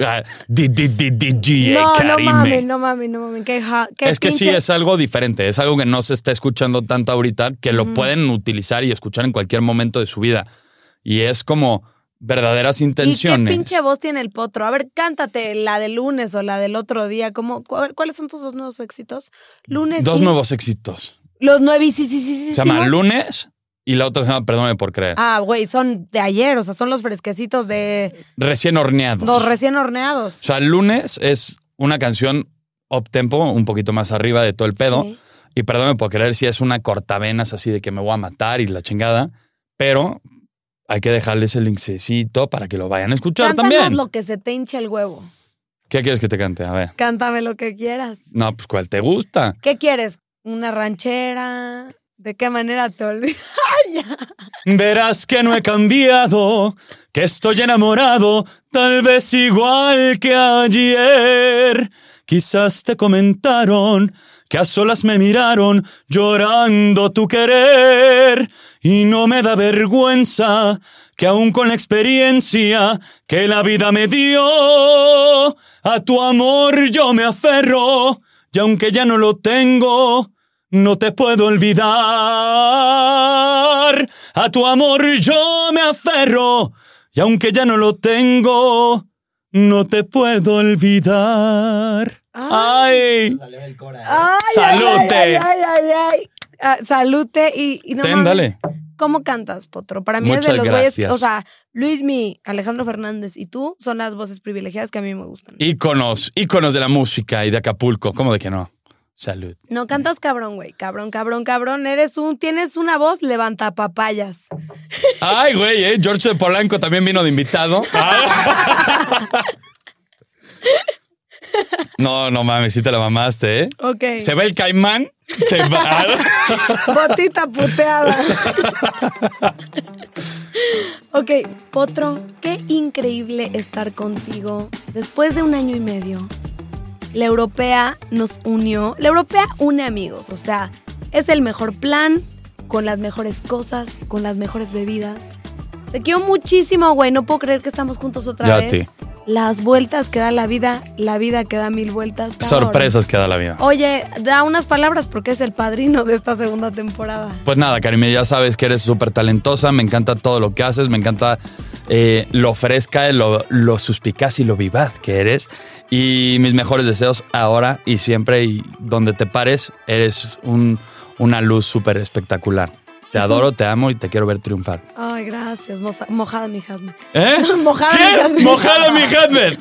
[SPEAKER 4] Ah, di- di- di- di- DJ
[SPEAKER 3] no, no
[SPEAKER 4] Karime.
[SPEAKER 3] mames, no mames, no mames. Qué, ja- qué
[SPEAKER 4] es que sí,
[SPEAKER 3] pinche-
[SPEAKER 4] es algo diferente. Es algo que no se está escuchando tanto ahorita, que lo pueden utilizar y escuchar en cualquier momento de su vida. Y es como verdaderas
[SPEAKER 3] ¿Y qué
[SPEAKER 4] intenciones.
[SPEAKER 3] pinche voz tiene el potro? A ver, cántate la del lunes o la del otro día. ¿Cómo, cu- a ver, ¿Cuáles son tus dos nuevos éxitos? Lunes.
[SPEAKER 4] Dos
[SPEAKER 3] y-
[SPEAKER 4] nuevos éxitos.
[SPEAKER 3] Los nueve, sí, sí, sí, sí.
[SPEAKER 4] Se llama
[SPEAKER 3] sí,
[SPEAKER 4] Lunes y la otra se llama Perdóname por creer.
[SPEAKER 3] Ah, güey, son de ayer, o sea, son los fresquecitos de
[SPEAKER 4] Recién horneados.
[SPEAKER 3] los
[SPEAKER 4] O
[SPEAKER 3] recién horneados.
[SPEAKER 4] sea, Lunes es una canción uptempo, un poquito más arriba de todo el pedo.
[SPEAKER 3] Sí.
[SPEAKER 4] Y Perdóname por creer si es una cortavenas así de que me voy a matar y la chingada. Pero hay que dejarles el linkcito para que lo vayan a escuchar
[SPEAKER 3] Cántanos
[SPEAKER 4] también.
[SPEAKER 3] lo que se te hincha el huevo.
[SPEAKER 4] ¿Qué quieres que te cante? A ver.
[SPEAKER 3] Cántame lo que quieras.
[SPEAKER 4] No, pues cuál te gusta.
[SPEAKER 3] ¿Qué quieres? ¿Una ranchera? ¿De qué manera te olvidas?
[SPEAKER 4] Verás que no he cambiado, que estoy enamorado, tal vez igual que ayer. Quizás te comentaron que a solas me miraron llorando tu querer. Y no me da vergüenza que aún con la experiencia que la vida me dio, a tu amor yo me aferro. Y aunque ya no lo tengo, no te puedo olvidar. A tu amor yo me aferro. Y aunque ya no lo tengo, no te puedo olvidar. Ay.
[SPEAKER 5] Salió del Cora, ¿eh?
[SPEAKER 3] Ay,
[SPEAKER 4] Salute.
[SPEAKER 3] Ay, ay, ay, ay, ay. Ah, salute y, y no
[SPEAKER 4] Ten,
[SPEAKER 3] mames.
[SPEAKER 4] dale.
[SPEAKER 3] ¿Cómo cantas, Potro? Para mí es de
[SPEAKER 4] Muchas
[SPEAKER 3] los güeyes.
[SPEAKER 4] gracias.
[SPEAKER 3] O sea, Luismi, Alejandro Fernández y tú son las voces privilegiadas que a mí me gustan.
[SPEAKER 4] Íconos, íconos de la música y de Acapulco. ¿Cómo de que no? Salud.
[SPEAKER 3] No cantas cabrón, güey. Cabrón, cabrón, cabrón. Eres un. Tienes una voz, levanta papayas.
[SPEAKER 4] Ay, güey, ¿eh? George de Polanco también vino de invitado. Ah. No, no mames, sí te la mamaste, ¿eh?
[SPEAKER 3] Ok.
[SPEAKER 4] Se ve el caimán, se va.
[SPEAKER 3] Botita puteada. ok, Potro, qué increíble estar contigo. Después de un año y medio, la europea nos unió. La europea une amigos, o sea, es el mejor plan, con las mejores cosas, con las mejores bebidas. Te quiero muchísimo, güey. No puedo creer que estamos juntos otra
[SPEAKER 4] Yo a
[SPEAKER 3] vez.
[SPEAKER 4] ti.
[SPEAKER 3] Las vueltas que da la vida, la vida que da mil vueltas. cabrón.
[SPEAKER 4] Sorpresas que da la vida.
[SPEAKER 3] Oye, da unas palabras porque es el padrino de esta segunda temporada.
[SPEAKER 4] Pues nada, Karim, ya sabes que eres súper talentosa, me encanta todo lo que haces, me encanta eh, lo fresca, lo, lo suspicaz y lo vivaz que eres. Y mis mejores deseos ahora y siempre y donde te pares, eres un- una luz súper espectacular. Te adoro, te amo y te quiero ver triunfar.
[SPEAKER 3] Ay, gracias. moza- mojada mi jazme.
[SPEAKER 4] ¿Eh?
[SPEAKER 3] Mojada mi
[SPEAKER 4] ¿Qué?
[SPEAKER 3] jazme.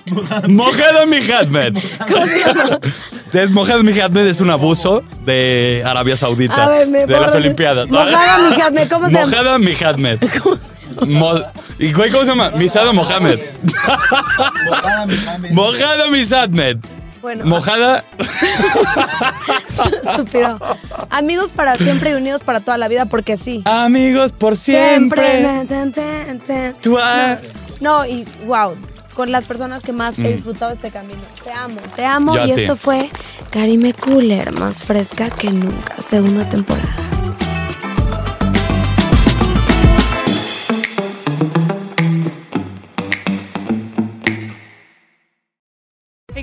[SPEAKER 4] Mojada mi Hatmed. Mojada mi Hatmed. Es- Mojada mi Hatmed es un abuso de Arabia Saudita.
[SPEAKER 3] A ver, me
[SPEAKER 4] de las
[SPEAKER 3] borro-
[SPEAKER 4] Olimpiadas.
[SPEAKER 3] Mojada mi jazme, ¿cómo se llama?
[SPEAKER 4] Mojada mi Hatmed. Mo- ¿Y güey, cómo se llama? Misada Mohamed.
[SPEAKER 5] Mojada, mi James.
[SPEAKER 4] Mojada mi Hatmed.
[SPEAKER 3] Bueno,
[SPEAKER 4] Mojada.
[SPEAKER 3] estúpido. Amigos para siempre y unidos para toda la vida porque sí.
[SPEAKER 4] Amigos por siempre.
[SPEAKER 3] na, tan, tan, tan.
[SPEAKER 4] Tú ah. a-
[SPEAKER 3] No, y wow, con las personas que más
[SPEAKER 4] Mm.
[SPEAKER 3] he disfrutado este camino. Te amo, te amo.
[SPEAKER 4] Yo a
[SPEAKER 3] y
[SPEAKER 4] ti.
[SPEAKER 3] esto fue Karime Cooler, más fresca que nunca, segunda temporada.
[SPEAKER 6] Hey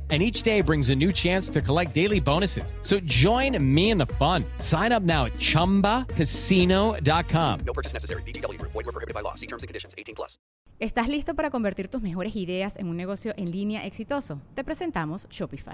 [SPEAKER 6] And each day brings a new chance to collect daily bonuses. So join me in the fun. Sign up now at chumbacasino.com.
[SPEAKER 2] ¿Estás listo para convertir tus mejores ideas en un negocio en línea exitoso? Te presentamos Shopify.